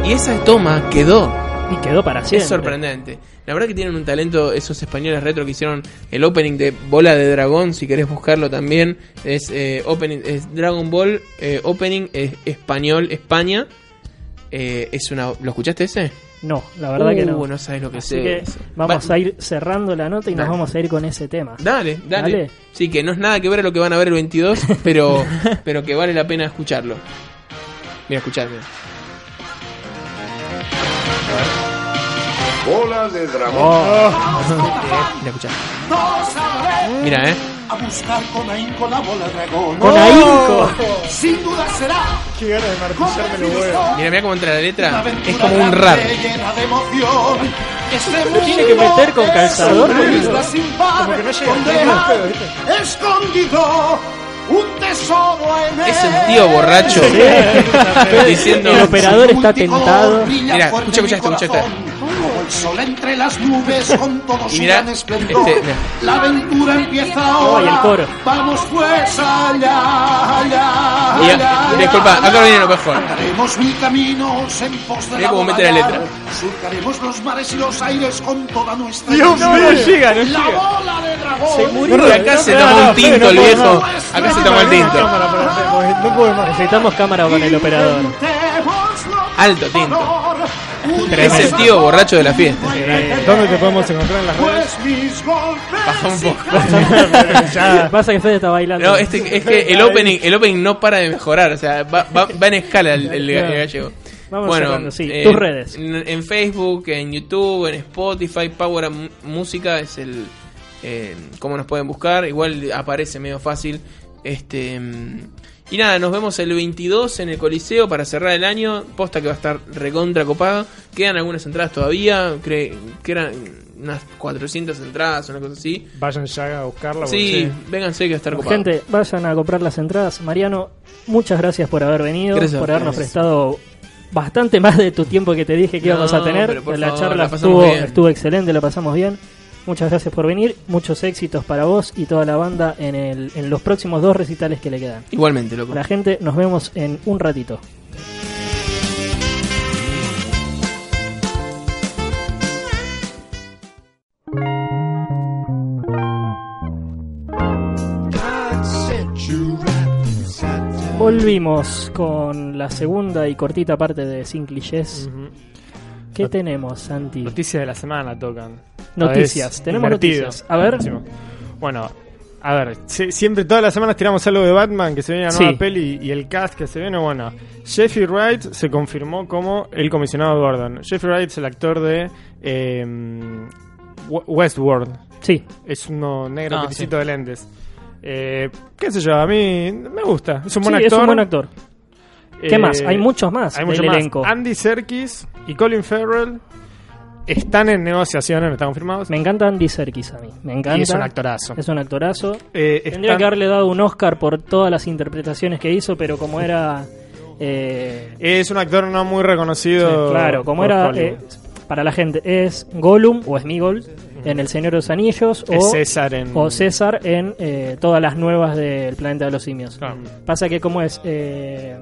[SPEAKER 4] Y esa toma quedó.
[SPEAKER 1] Y quedó para siempre.
[SPEAKER 4] Es sorprendente. La verdad que tienen un talento esos españoles retro que hicieron el opening de Bola de Dragón, si querés buscarlo también. Es, eh, opening, es Dragon Ball eh, Opening eh, Español España. Eh, es una, ¿Lo escuchaste ese?
[SPEAKER 1] No, la verdad que no.
[SPEAKER 4] Uh, no sabes lo que
[SPEAKER 1] Así
[SPEAKER 4] es
[SPEAKER 1] que
[SPEAKER 4] eso.
[SPEAKER 1] vamos
[SPEAKER 4] Va-
[SPEAKER 1] a ir cerrando la nota y nos
[SPEAKER 4] Dale.
[SPEAKER 1] vamos a ir con ese tema.
[SPEAKER 4] Dale, dale,
[SPEAKER 1] Dale.
[SPEAKER 4] Sí, que no es nada que ver a lo que van a ver el 22, pero, pero que vale la pena escucharlo. Mira, escucharme.
[SPEAKER 6] Bola de dragón.
[SPEAKER 4] Mira, escuchar. Mira, eh.
[SPEAKER 6] A buscar con ahínco la bola dragón.
[SPEAKER 1] Con
[SPEAKER 2] Oh,
[SPEAKER 1] ahínco.
[SPEAKER 6] Sin duda será.
[SPEAKER 2] Qué ganas de martillarme los huevos.
[SPEAKER 4] Mira, mira cómo entra la
[SPEAKER 6] Una
[SPEAKER 4] letra.
[SPEAKER 6] aventura
[SPEAKER 4] Es como un
[SPEAKER 6] grande,
[SPEAKER 4] rap.
[SPEAKER 6] Llena de emoción. Este mundo
[SPEAKER 1] tiene que meter con
[SPEAKER 6] es
[SPEAKER 1] calzador,
[SPEAKER 6] una
[SPEAKER 1] boludo.
[SPEAKER 6] isla sin par,
[SPEAKER 2] Como que no llega,
[SPEAKER 6] donde
[SPEAKER 2] tiene más
[SPEAKER 6] hay
[SPEAKER 2] pedo, ¿viste?
[SPEAKER 6] escondido un tesoro en
[SPEAKER 4] Es un
[SPEAKER 6] él.
[SPEAKER 4] tío borracho diciendo
[SPEAKER 1] El operador está
[SPEAKER 6] Multicolor
[SPEAKER 1] tentado.
[SPEAKER 6] brilla
[SPEAKER 4] Mira,
[SPEAKER 6] fuerte
[SPEAKER 4] escucha,
[SPEAKER 6] en mi
[SPEAKER 4] escucha,
[SPEAKER 6] corazón, Como el sol entre las nubes con todo
[SPEAKER 4] Y
[SPEAKER 6] su
[SPEAKER 4] mira,
[SPEAKER 6] gran esplendor.
[SPEAKER 4] este, mira.
[SPEAKER 6] La aventura empieza
[SPEAKER 1] Oh, y
[SPEAKER 6] ahora.
[SPEAKER 1] el coro.
[SPEAKER 6] Vamos pues allá, allá,
[SPEAKER 4] Mira,
[SPEAKER 6] allá,
[SPEAKER 4] disculpa,
[SPEAKER 6] allá.
[SPEAKER 4] acá viene lo mejor.
[SPEAKER 6] Andaremos mil caminos en pos de
[SPEAKER 4] Mira
[SPEAKER 6] la
[SPEAKER 4] cómo mete la
[SPEAKER 6] bola.
[SPEAKER 4] letra.
[SPEAKER 6] Surcaremos los mares y los aires con toda nuestra
[SPEAKER 2] Dios
[SPEAKER 6] ilusión.
[SPEAKER 2] mío, no llega, no
[SPEAKER 6] La
[SPEAKER 2] llega.
[SPEAKER 6] bola de dragón.
[SPEAKER 4] Y acá se toma un tinto el viejo. Acá se toma el tinto.
[SPEAKER 2] No puedo más.
[SPEAKER 1] Necesitamos cámara con el operador.
[SPEAKER 6] Inventémoslo
[SPEAKER 4] Alto tinto.
[SPEAKER 6] un
[SPEAKER 4] Es el tío borracho de la fiesta.
[SPEAKER 2] ¿Dónde te podemos encontrar en las redes?
[SPEAKER 6] Pues mis golpes.
[SPEAKER 4] Baja un poco.
[SPEAKER 1] Pasa que Fede está bailando.
[SPEAKER 4] No, este, es que el opening, el opening no para de mejorar, o sea, va, va- va en escala el, el ga- el gallego. eh,
[SPEAKER 1] Vamos cerrando, sí, tus redes.
[SPEAKER 4] En, en Facebook, en YouTube, en Spotify, Power Up M- Música es el. eh, cómo nos pueden buscar, igual aparece medio fácil. Este. mm, Y nada, nos vemos el 22 en el Coliseo para cerrar el año. Posta que va a estar recontra copada. Quedan algunas entradas todavía, cre- que eran unas 400 entradas, una cosa así.
[SPEAKER 2] Vayan ya a buscarla. porque
[SPEAKER 4] Sí, vénganse que va a estar copado.
[SPEAKER 1] Gente, vayan a comprar las entradas. Mariano, muchas gracias por haber venido,
[SPEAKER 4] Gracias a
[SPEAKER 1] por habernos
[SPEAKER 4] ustedes.
[SPEAKER 1] prestado bastante más de tu tiempo que te dije que
[SPEAKER 4] No,
[SPEAKER 1] íbamos a tener.
[SPEAKER 4] pero por
[SPEAKER 1] la
[SPEAKER 4] favor,
[SPEAKER 1] charla
[SPEAKER 4] la pasamos
[SPEAKER 1] estuvo,
[SPEAKER 4] bien.
[SPEAKER 1] estuvo excelente, la pasamos bien. Muchas gracias por venir, muchos éxitos para vos y toda la banda en, el, en los próximos dos recitales que le quedan.
[SPEAKER 4] Igualmente, loco.
[SPEAKER 1] La gente, nos vemos en un ratito. Volvimos con la segunda y cortita parte de Sin Clichés.
[SPEAKER 2] Ujú. Mm.
[SPEAKER 1] ¿Qué tenemos, Santi?
[SPEAKER 2] Noticias de la semana tocan.
[SPEAKER 1] Noticias,
[SPEAKER 2] Esta vez
[SPEAKER 1] tenemos
[SPEAKER 2] invertido.
[SPEAKER 1] noticias. A ver.
[SPEAKER 2] Buenísimo. Bueno, a ver, si- siempre todas las semanas tiramos algo de Batman, que se viene la nueva
[SPEAKER 1] Sí.
[SPEAKER 2] peli y el cast que se viene. Bueno, Jeffrey Wright se confirmó como el comisionado Gordon. Jeffrey Wright es el actor de eh, We- Westworld.
[SPEAKER 1] Sí,
[SPEAKER 2] Es uno negro
[SPEAKER 3] Ah,
[SPEAKER 2] peticito de lentes. Eh, qué sé yo, a mí me gusta. Es un
[SPEAKER 1] sí,
[SPEAKER 2] buen
[SPEAKER 1] es
[SPEAKER 2] actor.
[SPEAKER 1] un buen actor. ¿Qué
[SPEAKER 2] Eh,
[SPEAKER 1] más? Hay muchos más
[SPEAKER 2] Hay
[SPEAKER 1] del
[SPEAKER 2] mucho más.
[SPEAKER 1] elenco.
[SPEAKER 2] Andy Serkis y Colin Farrell están en negociaciones, no están confirmados.
[SPEAKER 1] Me encanta Andy Serkis a mí. Me encanta.
[SPEAKER 2] Y es un actorazo.
[SPEAKER 1] Es un actorazo.
[SPEAKER 2] Eh,
[SPEAKER 1] Tendría
[SPEAKER 2] están-
[SPEAKER 1] que haberle dado un Oscar por todas las interpretaciones que hizo, pero como era. eh,
[SPEAKER 2] Es un actor no muy reconocido.
[SPEAKER 1] claro, como
[SPEAKER 2] por
[SPEAKER 1] era.
[SPEAKER 2] Hollywood.
[SPEAKER 1] eh, para la gente, es Gollum o Smigol en El Señor de los Anillos o
[SPEAKER 2] es César en.
[SPEAKER 1] o César en eh, todas las nuevas del planeta de los simios.
[SPEAKER 2] Claro.
[SPEAKER 1] Pasa que como es eh,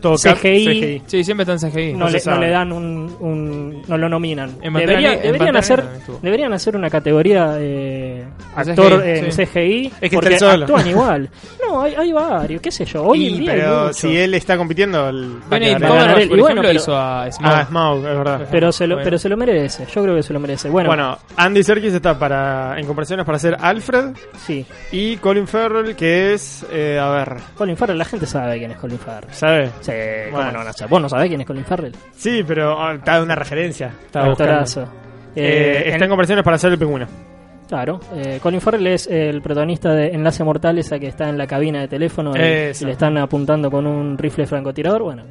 [SPEAKER 2] Todo cap-
[SPEAKER 1] CGI,
[SPEAKER 2] CGI.
[SPEAKER 3] Sí, siempre están CGI.
[SPEAKER 1] no,
[SPEAKER 2] se
[SPEAKER 1] le, no
[SPEAKER 2] sabe.
[SPEAKER 1] le dan un, un- no lo nominan.
[SPEAKER 3] En
[SPEAKER 1] Debería-
[SPEAKER 3] Pantera Negra- en
[SPEAKER 1] deberían
[SPEAKER 3] Pantera
[SPEAKER 1] hacer
[SPEAKER 3] Negra estuvo.
[SPEAKER 1] deberían hacer una categoría eh, actor
[SPEAKER 3] CGI,
[SPEAKER 1] en
[SPEAKER 3] sí.
[SPEAKER 1] CGI,
[SPEAKER 2] Es que
[SPEAKER 1] porque
[SPEAKER 2] está él solo.
[SPEAKER 1] actúan igual. No, hay, hay varios, qué sé yo. Hoy en
[SPEAKER 2] Y,
[SPEAKER 1] día hay
[SPEAKER 2] pero
[SPEAKER 1] mucho.
[SPEAKER 2] si él está compitiendo, el... va a
[SPEAKER 3] Benedict
[SPEAKER 2] quedar ganador.
[SPEAKER 1] Cumberbatch.
[SPEAKER 3] Cumberbatch, por
[SPEAKER 1] Y bueno,
[SPEAKER 3] ejemplo,
[SPEAKER 1] pero-
[SPEAKER 3] hizo a Smaug.
[SPEAKER 2] Ah, Smaug, es verdad.
[SPEAKER 1] pero se lo,
[SPEAKER 3] Bueno.
[SPEAKER 1] pero se lo merece, yo creo que se lo merece. Bueno,
[SPEAKER 2] Bueno, Andy Serkis está para en comparaciones para ser Alfred
[SPEAKER 1] sí.
[SPEAKER 2] y Colin Farrell que es eh, a ver,
[SPEAKER 1] Colin Farrell, la gente sabe quién es Colin Farrell.
[SPEAKER 2] ¿sabe?
[SPEAKER 1] Sí, ¿cómo
[SPEAKER 2] Bueno.
[SPEAKER 1] no van a saber? Vos no sabés quién es Colin Farrell.
[SPEAKER 2] Sí, pero ah, está de una referencia. Estaba
[SPEAKER 1] Actorazo.
[SPEAKER 2] buscando. Eh,
[SPEAKER 1] Eh,
[SPEAKER 2] está en comparaciones para ser el pingüino.
[SPEAKER 1] Claro, eh, Colin Farrell es el protagonista de Enlace Mortal, esa que está en la cabina de teléfono y,
[SPEAKER 2] Eso.
[SPEAKER 1] y le están apuntando con un rifle francotirador. Bueno,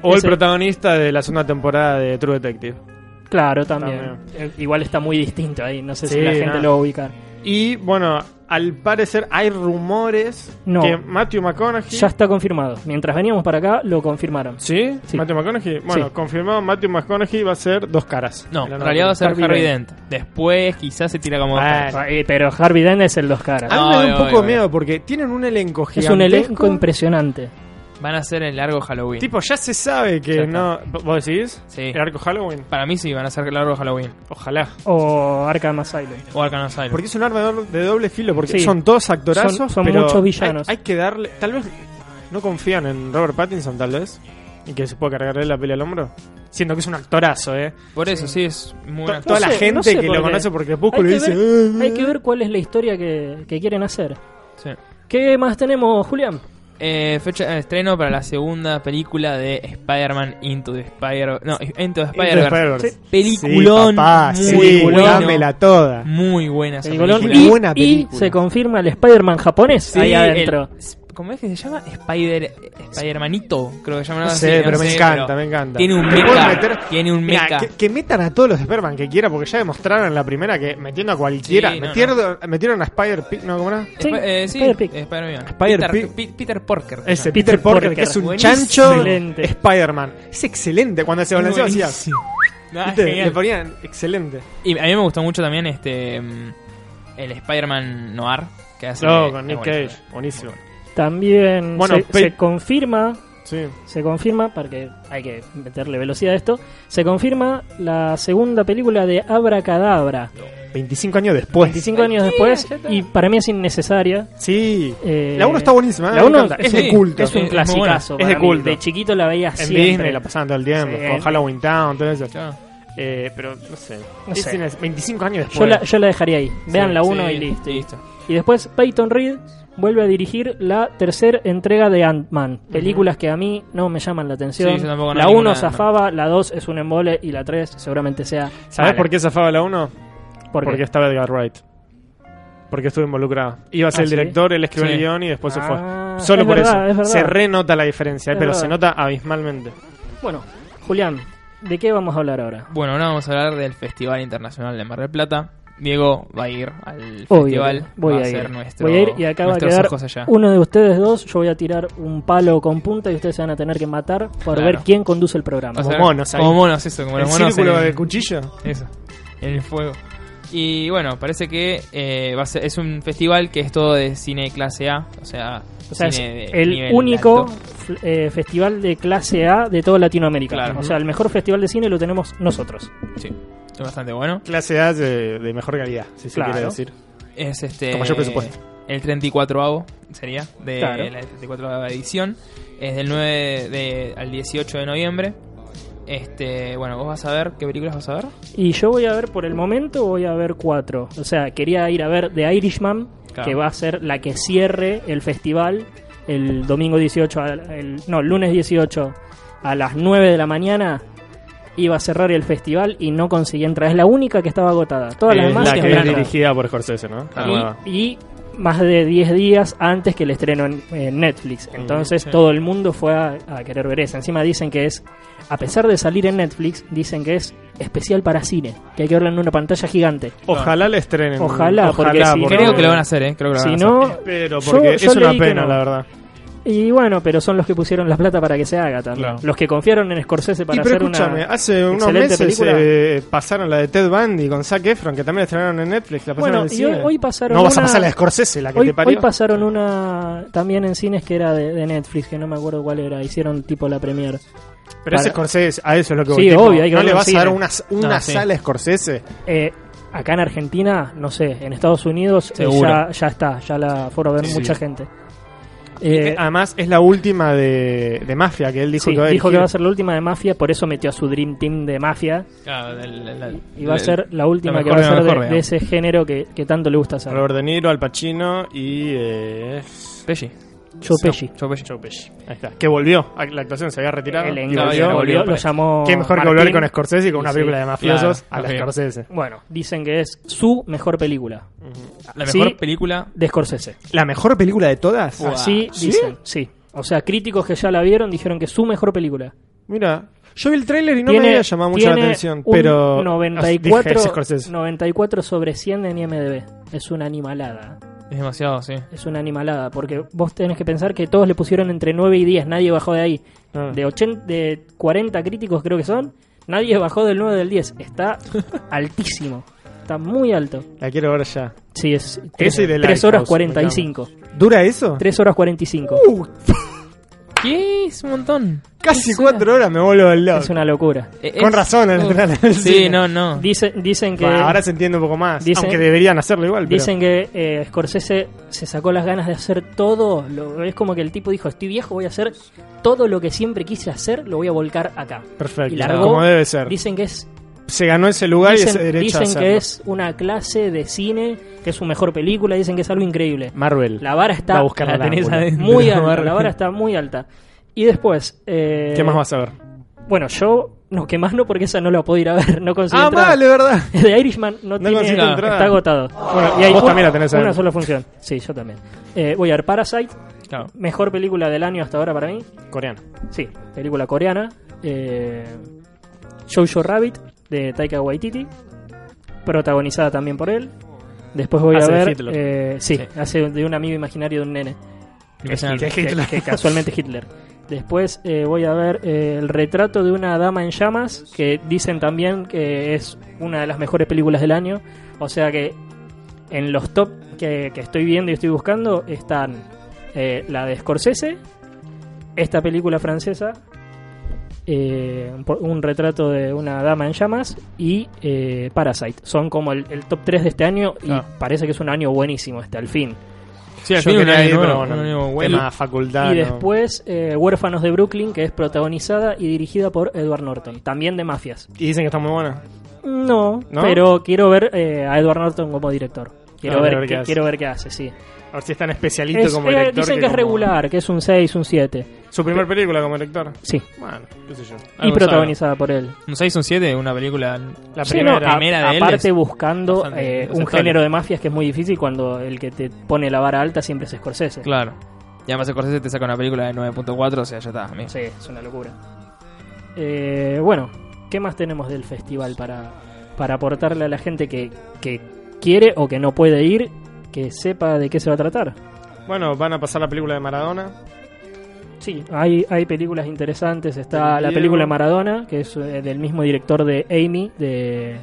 [SPEAKER 2] O el
[SPEAKER 1] Ese-
[SPEAKER 2] protagonista de la segunda temporada de True Detective.
[SPEAKER 1] claro, también. Eh, igual está muy distinto ahí, no sé si
[SPEAKER 2] Sí,
[SPEAKER 1] la gente
[SPEAKER 2] no.
[SPEAKER 1] lo va a ubicar.
[SPEAKER 2] Y bueno, al parecer hay rumores
[SPEAKER 1] No.
[SPEAKER 2] que Matthew McConaughey.
[SPEAKER 1] Ya está confirmado. Mientras veníamos para acá, lo confirmaron.
[SPEAKER 2] ¿Sí?
[SPEAKER 1] Sí.
[SPEAKER 2] Matthew McConaughey. Bueno,
[SPEAKER 1] Sí.
[SPEAKER 2] confirmado Matthew McConaughey va a ser dos caras.
[SPEAKER 3] No,
[SPEAKER 2] la
[SPEAKER 3] en realidad va a ser
[SPEAKER 1] Harvey
[SPEAKER 3] Harvey, Dent. Después quizás se tira como...
[SPEAKER 2] Ah,
[SPEAKER 1] Eh, pero Harvey Dent es el dos caras.
[SPEAKER 2] A mí me da
[SPEAKER 3] Obvio,
[SPEAKER 2] un poco
[SPEAKER 3] obvio,
[SPEAKER 2] de miedo porque tienen un elenco
[SPEAKER 1] es
[SPEAKER 2] Ah, gigantesco.
[SPEAKER 1] un elenco impresionante.
[SPEAKER 3] Van a hacer el largo Halloween.
[SPEAKER 2] Tipo, ya se sabe
[SPEAKER 3] Ya
[SPEAKER 2] que
[SPEAKER 3] está.
[SPEAKER 2] no. ¿Vos decís?
[SPEAKER 3] Sí.
[SPEAKER 2] ¿El arco Halloween?
[SPEAKER 3] Para mí sí, van a hacer el largo Halloween.
[SPEAKER 2] Ojalá.
[SPEAKER 1] O Arkham Asylum.
[SPEAKER 3] O Arkham Asylum.
[SPEAKER 2] Porque es un arma de do- de doble filo, porque
[SPEAKER 1] Sí.
[SPEAKER 2] son todos actorazos.
[SPEAKER 1] Son- son
[SPEAKER 2] pero
[SPEAKER 1] muchos villanos.
[SPEAKER 2] Hay, hay que darle. Tal vez no confían en Robert Pattinson, tal vez. Y que se pueda cargarle la peli al hombro. Siendo que es un actorazo, ¿eh?
[SPEAKER 3] Por eso sí, es muy...
[SPEAKER 2] To-
[SPEAKER 3] una-
[SPEAKER 2] toda la
[SPEAKER 1] sé,
[SPEAKER 2] gente
[SPEAKER 1] no sé
[SPEAKER 2] que
[SPEAKER 1] por
[SPEAKER 2] lo
[SPEAKER 1] qué.
[SPEAKER 2] conoce por
[SPEAKER 1] Hay
[SPEAKER 2] Crepúsculo
[SPEAKER 1] que,
[SPEAKER 2] dice.
[SPEAKER 1] ver,
[SPEAKER 2] "Ah".
[SPEAKER 1] hay que ver cuál es la historia que, que quieren hacer.
[SPEAKER 3] sí.
[SPEAKER 1] ¿Qué más tenemos, Julián?
[SPEAKER 3] Eh, fecha de estreno para la segunda película de Spider-Man Into the Spider... No, Into the Spider-Verse.
[SPEAKER 2] Spider-Verse.
[SPEAKER 1] Sí.
[SPEAKER 3] Peliculón.
[SPEAKER 2] Sí, papá,
[SPEAKER 3] muy
[SPEAKER 2] sí,
[SPEAKER 3] bueno.
[SPEAKER 2] dámela toda.
[SPEAKER 3] Muy buena esa
[SPEAKER 1] El golón.
[SPEAKER 3] película.
[SPEAKER 1] y,
[SPEAKER 2] buena
[SPEAKER 1] y
[SPEAKER 2] película.
[SPEAKER 1] se confirma el Spider-Man japonés
[SPEAKER 3] Sí,
[SPEAKER 1] ahí adentro.
[SPEAKER 3] el- s- ¿Cómo es que se llama? Spider, Spidermanito, creo que se llama
[SPEAKER 2] No
[SPEAKER 3] algo
[SPEAKER 2] sé,
[SPEAKER 3] así,
[SPEAKER 2] pero me
[SPEAKER 3] sé,
[SPEAKER 2] encanta,
[SPEAKER 3] pero
[SPEAKER 2] me encanta.
[SPEAKER 3] Tiene un
[SPEAKER 2] Te pueden
[SPEAKER 3] mecha,
[SPEAKER 2] meter-
[SPEAKER 3] tiene un
[SPEAKER 2] Mirá,
[SPEAKER 3] mecha.
[SPEAKER 2] que, que metan a todos los Spider-Man que quiera, porque ya demostraron en la primera que metiendo a cualquiera.
[SPEAKER 3] Sí, no,
[SPEAKER 2] metieron, metieron a Spider-Pig, ¿no? ¿Cómo era?
[SPEAKER 1] Sí,
[SPEAKER 3] Espa- eh, sí,
[SPEAKER 1] Spider-Pig.
[SPEAKER 3] Spider-Man.
[SPEAKER 2] Spider-Pig.
[SPEAKER 3] Peter, Pi- Peter Porker. se
[SPEAKER 2] Ese
[SPEAKER 3] llama.
[SPEAKER 2] Peter,
[SPEAKER 1] Peter
[SPEAKER 2] Porker,
[SPEAKER 1] Porker,
[SPEAKER 2] que es un
[SPEAKER 3] buenísimo.
[SPEAKER 2] chancho
[SPEAKER 1] Excelente.
[SPEAKER 2] Spider-Man. Es excelente. Cuando se balanceaba hacía.
[SPEAKER 3] Buenísimo. Ah,
[SPEAKER 2] ¿viste?
[SPEAKER 3] genial.
[SPEAKER 2] Le ponían excelente.
[SPEAKER 3] Y a mí me gustó mucho también este mm, el Spider-Man Noir que hace
[SPEAKER 2] No,
[SPEAKER 3] eh,
[SPEAKER 2] con
[SPEAKER 3] ah,
[SPEAKER 2] Nick
[SPEAKER 3] bueno,
[SPEAKER 2] Cage. Buenísimo.
[SPEAKER 1] También
[SPEAKER 2] Bueno,
[SPEAKER 1] se,
[SPEAKER 2] pe-
[SPEAKER 1] se confirma,
[SPEAKER 2] Sí.
[SPEAKER 1] se confirma, porque hay que meterle velocidad a esto, se confirma la segunda película de Abracadabra.
[SPEAKER 2] 25 años después.
[SPEAKER 1] 25 años después, y para mí es innecesaria.
[SPEAKER 2] Sí.
[SPEAKER 1] Eh,
[SPEAKER 2] la 1 está buenísima.
[SPEAKER 1] la
[SPEAKER 2] La
[SPEAKER 1] uno
[SPEAKER 2] Eh, es,
[SPEAKER 1] es
[SPEAKER 2] de
[SPEAKER 3] un-
[SPEAKER 2] culto.
[SPEAKER 1] Es un
[SPEAKER 3] muy
[SPEAKER 1] clasicazo.
[SPEAKER 2] buena. Es de
[SPEAKER 1] para mí.
[SPEAKER 2] culto.
[SPEAKER 1] De chiquito la veía
[SPEAKER 2] En
[SPEAKER 1] siempre.
[SPEAKER 2] Disney la pasaban todo el tiempo.
[SPEAKER 1] Sí.
[SPEAKER 2] Con Halloween Town, todo eso.
[SPEAKER 3] claro.
[SPEAKER 2] Eh, pero no sé.
[SPEAKER 1] No
[SPEAKER 2] Es
[SPEAKER 1] sé.
[SPEAKER 2] ines- 25 años
[SPEAKER 1] yo,
[SPEAKER 2] después.
[SPEAKER 1] la, yo la dejaría ahí. Vean la 1
[SPEAKER 3] Sí,
[SPEAKER 1] y listo.
[SPEAKER 3] listo.
[SPEAKER 1] Y después Peyton Reed vuelve a dirigir la tercera entrega de Ant-Man. Películas que a mí no me llaman la atención.
[SPEAKER 3] Sí, yo tampoco no
[SPEAKER 1] la
[SPEAKER 3] vi
[SPEAKER 1] 1
[SPEAKER 3] ninguna de Ant-Man.
[SPEAKER 1] zafaba, la 2 es un embole y la 3 seguramente sea.
[SPEAKER 2] ¿Sabes
[SPEAKER 1] mala.
[SPEAKER 2] por qué zafaba la 1?
[SPEAKER 1] ¿Por qué?
[SPEAKER 2] Porque estaba Edgar Wright. Porque estuvo involucrado. Iba a ser
[SPEAKER 1] Ah,
[SPEAKER 2] el
[SPEAKER 1] ¿sí?
[SPEAKER 2] director, él escribió
[SPEAKER 3] Sí.
[SPEAKER 2] el guión y después
[SPEAKER 1] Ah,
[SPEAKER 2] se fue. Solo
[SPEAKER 1] es
[SPEAKER 2] por
[SPEAKER 1] verdad, es
[SPEAKER 2] eso.
[SPEAKER 1] verdad.
[SPEAKER 2] se renota la diferencia,
[SPEAKER 1] Es
[SPEAKER 2] pero
[SPEAKER 1] verdad.
[SPEAKER 2] se nota abismalmente.
[SPEAKER 1] Bueno, Julián, ¿de qué vamos a hablar ahora?
[SPEAKER 3] Bueno, ahora vamos a hablar del Festival Internacional de Mar del Plata. Diego va a ir al
[SPEAKER 1] Obvio,
[SPEAKER 3] festival.
[SPEAKER 1] voy
[SPEAKER 3] va
[SPEAKER 1] a ir.
[SPEAKER 3] ser nuestro,
[SPEAKER 1] voy a ir y acá va a
[SPEAKER 3] nuestros
[SPEAKER 1] quedar
[SPEAKER 3] ojos allá.
[SPEAKER 1] uno de ustedes dos. Yo voy a tirar un palo con punta y ustedes se van a tener que matar por
[SPEAKER 3] Claro.
[SPEAKER 1] ver quién conduce el programa.
[SPEAKER 3] Va a
[SPEAKER 2] como
[SPEAKER 3] ser-
[SPEAKER 2] monos ahí.
[SPEAKER 3] Como monos, eso, como
[SPEAKER 2] el
[SPEAKER 3] los monos.
[SPEAKER 2] círculo
[SPEAKER 3] en-
[SPEAKER 2] de cuchillo.
[SPEAKER 3] Eso, en el fuego. Y bueno, parece que eh, va a ser- es un festival que es todo de cine clase A, o sea,
[SPEAKER 1] O sea, es
[SPEAKER 3] cine de
[SPEAKER 1] el
[SPEAKER 3] nivel
[SPEAKER 1] único
[SPEAKER 3] alto.
[SPEAKER 1] fl- eh, festival de clase A de toda Latinoamérica.
[SPEAKER 3] Claro.
[SPEAKER 1] O sea, el mejor festival de cine lo tenemos nosotros.
[SPEAKER 3] Sí, es bastante bueno.
[SPEAKER 2] Clase A de, de mejor calidad, si se
[SPEAKER 1] Claro.
[SPEAKER 2] quiere decir.
[SPEAKER 3] Es este.
[SPEAKER 2] Con mayor presupuesto.
[SPEAKER 3] El 34avo sería, de
[SPEAKER 1] Claro.
[SPEAKER 3] la 34 edición. Es del 9 de- al 18 de noviembre. Este, bueno, vos vas a ver, ¿qué películas vas a ver?
[SPEAKER 1] Y yo voy a ver, por el momento, voy a ver cuatro. O sea, quería ir a ver The Irishman,
[SPEAKER 3] Claro.
[SPEAKER 1] que va a ser la que cierre el festival el domingo 18, a- el, no, el lunes 18 a las 9 de la mañana. Iba a cerrar el festival y no conseguí entrar. Es la única que estaba agotada. Todas las
[SPEAKER 2] Es
[SPEAKER 1] demás
[SPEAKER 2] Eh, la
[SPEAKER 1] se
[SPEAKER 2] que es
[SPEAKER 1] compraron.
[SPEAKER 2] dirigida por Scorsese, ¿no?
[SPEAKER 1] Y- y, más de 10 días antes que el estreno en, en Netflix.
[SPEAKER 2] Mm,
[SPEAKER 1] Entonces
[SPEAKER 3] sí.
[SPEAKER 1] todo el mundo fue a, a querer ver esa. Encima dicen que es, a pesar de salir en Netflix, dicen que es especial para cine, que hay que verlo en una pantalla gigante.
[SPEAKER 2] Ojalá le estrenen.
[SPEAKER 1] Ojalá, porque si
[SPEAKER 3] Creo
[SPEAKER 1] no-
[SPEAKER 3] que lo van a hacer, ¿eh? Creo que lo van
[SPEAKER 1] Si
[SPEAKER 3] a hacer.
[SPEAKER 1] no,
[SPEAKER 2] Espero,
[SPEAKER 1] yo-
[SPEAKER 2] porque
[SPEAKER 1] yo
[SPEAKER 2] es una
[SPEAKER 1] leí que
[SPEAKER 2] pena,
[SPEAKER 1] no.
[SPEAKER 2] la verdad.
[SPEAKER 1] Y bueno, pero son los que pusieron la plata para que se haga también.
[SPEAKER 2] Claro.
[SPEAKER 1] Los que confiaron en Scorsese para
[SPEAKER 2] y pero
[SPEAKER 1] hacer
[SPEAKER 2] escúchame,
[SPEAKER 1] una...
[SPEAKER 2] hace unos
[SPEAKER 1] excelente
[SPEAKER 2] meses
[SPEAKER 1] película.
[SPEAKER 2] eh, pasaron la de Ted Bundy con Zac Efron, que también la estrenaron en Netflix. La pasaron
[SPEAKER 1] Bueno,
[SPEAKER 2] en el
[SPEAKER 1] y hoy,
[SPEAKER 2] cine.
[SPEAKER 1] hoy pasaron
[SPEAKER 2] No vas a
[SPEAKER 1] una-
[SPEAKER 2] pasar la de Scorsese, la que
[SPEAKER 1] Hoy,
[SPEAKER 2] te parió.
[SPEAKER 1] hoy pasaron una también en cines que era de, de Netflix, que no me acuerdo cuál era. Hicieron tipo la premiere.
[SPEAKER 2] Pero
[SPEAKER 1] Para-
[SPEAKER 2] ese Scorsese, a eso es lo que
[SPEAKER 1] Sí,
[SPEAKER 2] voy tipo,
[SPEAKER 1] obvio, hay que
[SPEAKER 2] No
[SPEAKER 1] verlo
[SPEAKER 2] le
[SPEAKER 1] en
[SPEAKER 2] vas a
[SPEAKER 1] cine.
[SPEAKER 2] dar una, una
[SPEAKER 3] No, sí.
[SPEAKER 2] sala a Scorsese.
[SPEAKER 1] Eh, Acá en Argentina, no sé, en Estados Unidos eh,
[SPEAKER 3] Seguro.
[SPEAKER 1] ya, ya está, ya la fueron a ver
[SPEAKER 2] Sí,
[SPEAKER 1] mucha
[SPEAKER 2] sí.
[SPEAKER 1] gente.
[SPEAKER 2] Eh,
[SPEAKER 1] Eh,
[SPEAKER 2] Además, es la última de, de Mafia que él dijo
[SPEAKER 1] sí,
[SPEAKER 2] que va a
[SPEAKER 1] dijo que
[SPEAKER 2] dirigir.
[SPEAKER 1] va a ser la última de Mafia, por eso metió a su Dream Team de Mafia
[SPEAKER 3] Ah, la- la- la-
[SPEAKER 1] y va a ser la última
[SPEAKER 3] mejor
[SPEAKER 1] que va a
[SPEAKER 3] de lo
[SPEAKER 1] ser de,
[SPEAKER 3] mejor,
[SPEAKER 1] de
[SPEAKER 3] digamos.
[SPEAKER 1] ese género que, que tanto le gusta hacer.
[SPEAKER 2] Robert De Niro, Al Pacino y. eh,
[SPEAKER 3] Pesci.
[SPEAKER 1] Joe Pesci.
[SPEAKER 3] Joe Pesci.
[SPEAKER 2] Joe Pesci. Ahí está. Que volvió. La actuación se había retirado.
[SPEAKER 1] El
[SPEAKER 2] y
[SPEAKER 1] engaño,
[SPEAKER 3] volvió,
[SPEAKER 1] volvió,
[SPEAKER 3] volvió,
[SPEAKER 1] lo
[SPEAKER 3] parece.
[SPEAKER 1] llamó.
[SPEAKER 2] Qué mejor que
[SPEAKER 1] Martín.
[SPEAKER 2] volver con Scorsese y con
[SPEAKER 1] Y
[SPEAKER 2] una
[SPEAKER 1] sí.
[SPEAKER 2] película de mafiosos
[SPEAKER 3] Claro,
[SPEAKER 2] a la
[SPEAKER 3] obvio.
[SPEAKER 2] Scorsese.
[SPEAKER 1] Bueno, dicen que es su mejor película
[SPEAKER 3] La
[SPEAKER 1] Sí.
[SPEAKER 3] mejor película.
[SPEAKER 1] de Scorsese.
[SPEAKER 2] ¿La mejor película de todas?
[SPEAKER 3] Uah.
[SPEAKER 1] Así
[SPEAKER 2] ¿Sí?
[SPEAKER 1] dicen, sí. O sea, críticos que ya la vieron dijeron que es su mejor película.
[SPEAKER 2] Mira, yo vi el tráiler y no me había llamado mucho
[SPEAKER 1] tiene
[SPEAKER 2] la atención,
[SPEAKER 1] un
[SPEAKER 2] pero...
[SPEAKER 1] 94,
[SPEAKER 2] Dije, es Scorsese.
[SPEAKER 1] 94 sobre 100 en IMDb. Es una animalada.
[SPEAKER 3] Es demasiado, sí.
[SPEAKER 1] Es una animalada. Porque vos tenés que pensar que todos le pusieron entre 9 y 10. Nadie bajó de ahí.
[SPEAKER 2] Ah.
[SPEAKER 1] De, 80, de 40 críticos, creo que son. Nadie bajó del 9 del 10. Está altísimo. Está muy alto.
[SPEAKER 2] La quiero ver ya.
[SPEAKER 1] Sí, es 3,
[SPEAKER 2] Ese y The
[SPEAKER 1] horas
[SPEAKER 2] Lighthouse,
[SPEAKER 1] 45.
[SPEAKER 2] ¿Dura eso?
[SPEAKER 1] 3 horas 45.
[SPEAKER 2] Ah. Uh,
[SPEAKER 3] ¿Qué? Es un montón.
[SPEAKER 2] casi
[SPEAKER 3] Es una-
[SPEAKER 2] cuatro horas me vuelvo al lado.
[SPEAKER 1] es una locura.
[SPEAKER 3] Eh,
[SPEAKER 2] Con
[SPEAKER 3] es-
[SPEAKER 2] razón, al
[SPEAKER 3] Uh,
[SPEAKER 2] entrar al
[SPEAKER 3] Sí,
[SPEAKER 2] cine.
[SPEAKER 3] no, no.
[SPEAKER 1] Dicen, dicen que...
[SPEAKER 2] Bueno, ah. ahora se entiende un poco más.
[SPEAKER 1] Dicen-
[SPEAKER 2] aunque deberían hacerlo igual, pero...
[SPEAKER 1] Dicen que eh, Scorsese se sacó las ganas de hacer todo. Lo, es como que el tipo dijo: Estoy viejo, voy a hacer todo lo que siempre quise hacer, lo voy a volcar acá.
[SPEAKER 2] Perfecto,
[SPEAKER 1] y largó,
[SPEAKER 2] como debe ser.
[SPEAKER 1] Dicen que es,
[SPEAKER 2] Se ganó ese lugar y ese
[SPEAKER 1] dicen,
[SPEAKER 2] derecho a
[SPEAKER 1] dicen
[SPEAKER 2] hacerlo.
[SPEAKER 1] que es una clase de cine, que es su mejor película, dicen que es algo increíble.
[SPEAKER 2] Marvel.
[SPEAKER 1] La vara está
[SPEAKER 2] Va a buscar
[SPEAKER 3] la
[SPEAKER 2] al
[SPEAKER 3] tenés
[SPEAKER 2] ángulo.
[SPEAKER 3] adentro.
[SPEAKER 1] muy
[SPEAKER 3] La
[SPEAKER 1] alta.
[SPEAKER 3] vara.
[SPEAKER 1] La vara está muy alta. Y después. eh,
[SPEAKER 2] ¿Qué más vas a ver?
[SPEAKER 1] Bueno, yo. No, que más no, porque esa no la puedo ir a ver. No conseguí
[SPEAKER 2] Ah,
[SPEAKER 1] entrada.
[SPEAKER 2] vale, verdad.
[SPEAKER 1] De Irishman no, tiene
[SPEAKER 2] consigo
[SPEAKER 1] nada,
[SPEAKER 2] entrada.
[SPEAKER 1] está agotado.
[SPEAKER 2] Bueno,
[SPEAKER 1] Y hay
[SPEAKER 2] vos
[SPEAKER 1] un-
[SPEAKER 2] también la tenés
[SPEAKER 1] una
[SPEAKER 2] adentro.
[SPEAKER 1] sola función. Sí, yo también. Eh, voy a ver Parasite,
[SPEAKER 3] Claro.
[SPEAKER 1] mejor película del año hasta ahora para mí.
[SPEAKER 2] Coreano.
[SPEAKER 1] Sí, película coreana. Eh, Jojo Rabbit de Taika Waititi, protagonizada también por él. Después voy
[SPEAKER 2] Hace
[SPEAKER 1] a
[SPEAKER 2] de
[SPEAKER 1] ver.
[SPEAKER 2] Hitler.
[SPEAKER 1] eh, sí,
[SPEAKER 3] Sí.
[SPEAKER 1] hace de un amigo imaginario de un nene.
[SPEAKER 3] Impresionante.
[SPEAKER 1] Que, que casualmente es Hitler. Después eh, voy a ver eh, el retrato de una dama en llamas, que dicen también que es una de las mejores películas del año. O sea que en los top que, que estoy viendo y estoy buscando están eh, la de Scorsese, esta película francesa, eh, por- un retrato de una dama en llamas y eh, Parasite. Son como el, el top 3 de este año y
[SPEAKER 2] Ah.
[SPEAKER 1] parece que es un año buenísimo hasta el fin.
[SPEAKER 2] Sí, al
[SPEAKER 3] Yo
[SPEAKER 2] fin
[SPEAKER 3] quería
[SPEAKER 2] quería
[SPEAKER 3] ir,
[SPEAKER 2] ir,
[SPEAKER 3] bueno,
[SPEAKER 2] pero bueno,
[SPEAKER 3] no, no, bueno.
[SPEAKER 2] tema facultad.
[SPEAKER 1] Y
[SPEAKER 2] no.
[SPEAKER 1] después eh, Huérfanos de Brooklyn, que es protagonizada y dirigida por Edward Norton, también de mafias.
[SPEAKER 2] Y dicen que está muy buena.
[SPEAKER 1] No,
[SPEAKER 2] ¿No?
[SPEAKER 1] pero quiero ver eh, a Edward Norton como director. Quiero,
[SPEAKER 2] Ah,
[SPEAKER 1] ver,
[SPEAKER 2] a ver qué
[SPEAKER 1] qué-
[SPEAKER 2] hace.
[SPEAKER 1] quiero ver qué hace, sí.
[SPEAKER 2] A ver si es tan especialito
[SPEAKER 1] Es-
[SPEAKER 2] como
[SPEAKER 1] eh,
[SPEAKER 2] director.
[SPEAKER 1] dicen que, es
[SPEAKER 2] como-
[SPEAKER 1] regular, que es un 6, un 7.
[SPEAKER 2] Su primer película como director.
[SPEAKER 1] Sí.
[SPEAKER 2] Bueno, qué sé yo.
[SPEAKER 1] Y
[SPEAKER 3] Algo
[SPEAKER 1] protagonizada por él.
[SPEAKER 3] Un 6, un 7, una película.
[SPEAKER 2] La
[SPEAKER 1] Sí,
[SPEAKER 2] primera.
[SPEAKER 1] no, a-
[SPEAKER 3] primera de él
[SPEAKER 1] aparte
[SPEAKER 3] es
[SPEAKER 1] buscando
[SPEAKER 3] bastante
[SPEAKER 1] eh, un
[SPEAKER 3] aceptable.
[SPEAKER 1] género de mafias que es muy difícil cuando el que te pone la vara alta siempre es Scorsese.
[SPEAKER 3] Claro. Y además Scorsese te saca una película de 9.4, o sea, ya está. amigo.
[SPEAKER 1] Sí, es una locura. Eh, bueno, ¿qué más tenemos del festival para, para aportarle a la gente que, que quiere o que no puede ir, que sepa de qué se va a tratar?
[SPEAKER 2] Bueno, van a pasar la película de Maradona.
[SPEAKER 1] Sí, hay, hay películas interesantes. Está
[SPEAKER 2] El
[SPEAKER 1] la
[SPEAKER 2] Diego.
[SPEAKER 1] película Maradona, que es eh, del mismo director de Amy, de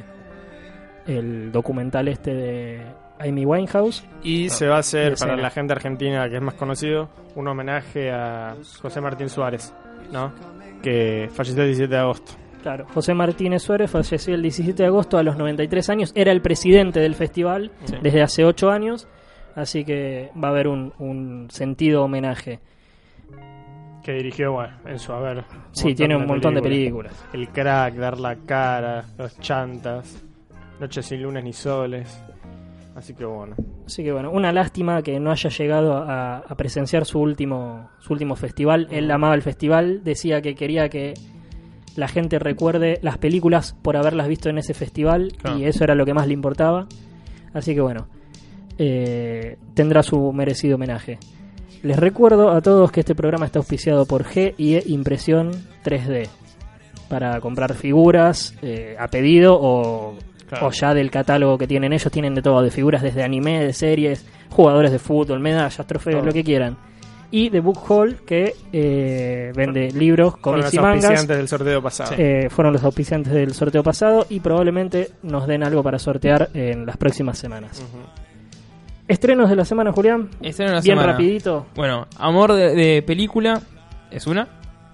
[SPEAKER 1] el documental este de Amy Winehouse.
[SPEAKER 2] Y se va a hacer,
[SPEAKER 1] Ah, y
[SPEAKER 2] para
[SPEAKER 1] escena.
[SPEAKER 2] la gente argentina que es más conocido, un homenaje a José Martín Suárez, ¿no? Que falleció el 17 de agosto.
[SPEAKER 1] Claro, José Martínez Suárez falleció el 17 de agosto a los 93 años, era el presidente del festival
[SPEAKER 3] Sí.
[SPEAKER 1] desde hace 8 años, así que va a haber un, un sentido homenaje.
[SPEAKER 2] Que dirigió, bueno, en su haber. un
[SPEAKER 1] Sí, tiene un montón de
[SPEAKER 2] películas.
[SPEAKER 1] películas.
[SPEAKER 2] El crack, dar la cara, los chantas, noches sin lunes ni soles. Así que bueno.
[SPEAKER 1] Así que bueno, una lástima que no haya llegado a, a presenciar su último, su último festival. Él amaba el festival, decía que quería que la gente recuerde las películas por haberlas visto en ese festival
[SPEAKER 3] Claro.
[SPEAKER 1] y eso era lo que más le importaba. Así que bueno, eh, tendrá su merecido homenaje. Les recuerdo a todos que este programa está auspiciado por G y E Impresión 3D para comprar figuras eh, a pedido o,
[SPEAKER 2] Claro.
[SPEAKER 1] o ya del catálogo que tienen ellos. Tienen de todo, de figuras desde anime, de series, jugadores de fútbol, medallas, trofeos,
[SPEAKER 2] Todo.
[SPEAKER 1] lo que quieran. Y The Book Hall que eh, vende libros,
[SPEAKER 2] Fueron
[SPEAKER 1] cómics
[SPEAKER 2] los
[SPEAKER 1] y mangas.
[SPEAKER 2] auspiciantes del sorteo pasado.
[SPEAKER 1] Eh, fueron los auspiciantes del sorteo pasado y probablemente nos den algo para sortear en las próximas semanas. Estrenos de la semana, Julián.
[SPEAKER 3] Estreno de la
[SPEAKER 1] Bien
[SPEAKER 3] Eh, semana.
[SPEAKER 1] rapidito.
[SPEAKER 3] Bueno, amor de, de película es una.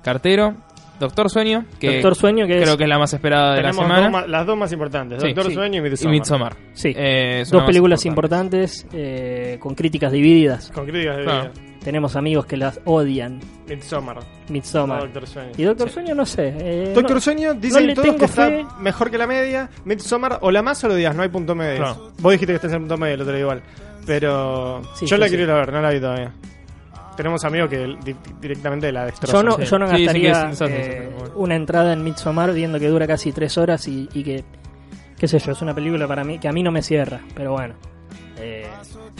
[SPEAKER 3] Cartero, Doctor Sueño, que
[SPEAKER 1] Doctor Sueño, que es-
[SPEAKER 3] creo que es la más esperada de la
[SPEAKER 2] Tenemos
[SPEAKER 3] semana.
[SPEAKER 2] dos ma- las dos más importantes,
[SPEAKER 3] Sí.
[SPEAKER 2] Doctor
[SPEAKER 3] Sí.
[SPEAKER 2] Sueño y
[SPEAKER 3] y
[SPEAKER 2] Midsommar.
[SPEAKER 3] Midsommar.
[SPEAKER 1] Sí.
[SPEAKER 3] Eh, es una
[SPEAKER 1] Dos
[SPEAKER 3] más
[SPEAKER 1] películas
[SPEAKER 3] importante.
[SPEAKER 1] importantes, eh, con críticas divididas.
[SPEAKER 2] Con críticas de
[SPEAKER 3] Claro.
[SPEAKER 2] vida.
[SPEAKER 1] Tenemos amigos que las odian.
[SPEAKER 2] Midsommar.
[SPEAKER 1] Midsommar.
[SPEAKER 2] No, Doctor Sueño.
[SPEAKER 1] Y Doctor
[SPEAKER 3] Sí.
[SPEAKER 1] Sueño no sé. eh,
[SPEAKER 2] Doctor
[SPEAKER 1] no-
[SPEAKER 2] Sueño dicen
[SPEAKER 1] le
[SPEAKER 2] todos
[SPEAKER 1] tengo
[SPEAKER 2] que
[SPEAKER 1] fe.
[SPEAKER 2] está mejor que la media. Midsommar o la más o lo digas, no hay punto medio.
[SPEAKER 3] Claro.
[SPEAKER 2] Vos dijiste que estás en el punto medio, el otro día igual. Pero
[SPEAKER 1] Sí,
[SPEAKER 2] yo
[SPEAKER 1] sí,
[SPEAKER 2] la
[SPEAKER 1] sí.
[SPEAKER 2] quiero ir a ver, no la vi todavía. Tenemos amigos que di- directamente la
[SPEAKER 1] Yo
[SPEAKER 2] destrozan.
[SPEAKER 1] no,
[SPEAKER 3] Sí.
[SPEAKER 1] yo no
[SPEAKER 3] Sí, dicen que es
[SPEAKER 1] gastaría
[SPEAKER 3] insólito,
[SPEAKER 1] eh,
[SPEAKER 3] pero bueno.
[SPEAKER 1] una entrada en Midsommar viendo que dura casi tres horas y, y que, qué sé yo, es una película para mí que a mí no me cierra, pero bueno. Eh,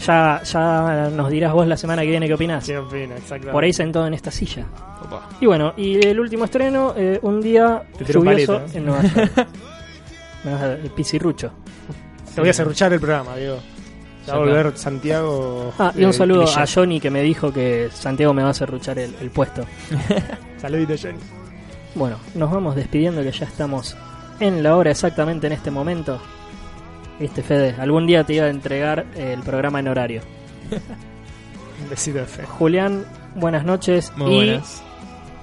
[SPEAKER 1] ya, ya nos dirás vos la semana que viene qué opinás.
[SPEAKER 2] ¿Qué opina? Exactamente.
[SPEAKER 1] Por ahí sentado en esta silla.
[SPEAKER 3] Opa.
[SPEAKER 1] Y bueno, y el último estreno, eh, un día
[SPEAKER 2] Te tiro un
[SPEAKER 1] lluvioso
[SPEAKER 2] palito, ¿eh?
[SPEAKER 1] en Nueva York. Menos el pisirrucho.
[SPEAKER 2] Te voy a cerruchar el programa, Diego. Ya va a volver Santiago.
[SPEAKER 1] Ah, y un
[SPEAKER 2] eh,
[SPEAKER 1] saludo
[SPEAKER 2] Cliché.
[SPEAKER 1] a Johnny que me dijo que Santiago me va a cerruchar el, el puesto.
[SPEAKER 2] Saludito, Johnny.
[SPEAKER 1] Bueno, nos vamos despidiendo que ya estamos en la hora exactamente en este momento. Viste, Fede, algún día te iba a entregar eh, el programa en horario.
[SPEAKER 2] Un besito de fe.
[SPEAKER 1] Julián, buenas noches.
[SPEAKER 3] Muy
[SPEAKER 1] y
[SPEAKER 3] buenas.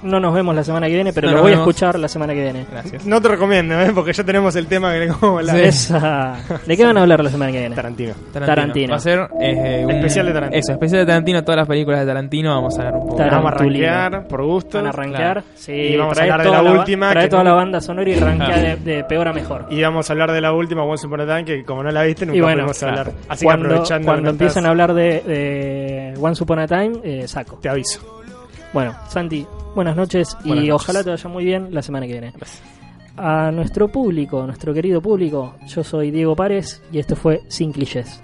[SPEAKER 1] no nos vemos la semana que viene, pero
[SPEAKER 3] No
[SPEAKER 1] lo
[SPEAKER 3] nos
[SPEAKER 1] voy a
[SPEAKER 3] vemos.
[SPEAKER 1] escuchar la semana que viene.
[SPEAKER 3] Gracias.
[SPEAKER 2] No te recomiendo, ¿eh? porque ya tenemos el tema que le como la
[SPEAKER 3] Sí.
[SPEAKER 1] Esa- ¿De qué van a hablar la semana que viene?
[SPEAKER 2] Tarantino.
[SPEAKER 1] Tarantino.
[SPEAKER 3] Va a ser eh, un-
[SPEAKER 2] Especial de Tarantino.
[SPEAKER 3] Eso, especial de Tarantino, todas las películas de Tarantino vamos a hablar un poco.
[SPEAKER 1] Tarantino.
[SPEAKER 2] Vamos a arranquear por gusto.
[SPEAKER 1] Van a arranquear.
[SPEAKER 3] Claro.
[SPEAKER 1] Sí,
[SPEAKER 2] Y vamos a
[SPEAKER 1] trae
[SPEAKER 2] hablar de
[SPEAKER 1] toda
[SPEAKER 2] la
[SPEAKER 1] ba-
[SPEAKER 2] última,
[SPEAKER 1] Trae
[SPEAKER 2] que
[SPEAKER 1] toda
[SPEAKER 2] no-
[SPEAKER 1] la banda sonora y arranca
[SPEAKER 3] Claro.
[SPEAKER 1] de, de peor a mejor.
[SPEAKER 2] Y vamos a hablar de la última Once Upon a Time, que como no la viste, nunca
[SPEAKER 1] Y bueno,
[SPEAKER 2] pudimos
[SPEAKER 3] claro.
[SPEAKER 2] hablar. Así que
[SPEAKER 1] cuando
[SPEAKER 2] aprovechando
[SPEAKER 1] cuando
[SPEAKER 2] que estás,
[SPEAKER 1] empiezan a hablar de, de Once Upon a Time, eh, saco.
[SPEAKER 2] te aviso.
[SPEAKER 1] Bueno, Santi, buenas noches y
[SPEAKER 3] Buenas noches.
[SPEAKER 1] ojalá te vaya muy bien la semana que viene. A nuestro público, nuestro querido público, yo soy Diego Párez y esto fue Sin Clichés.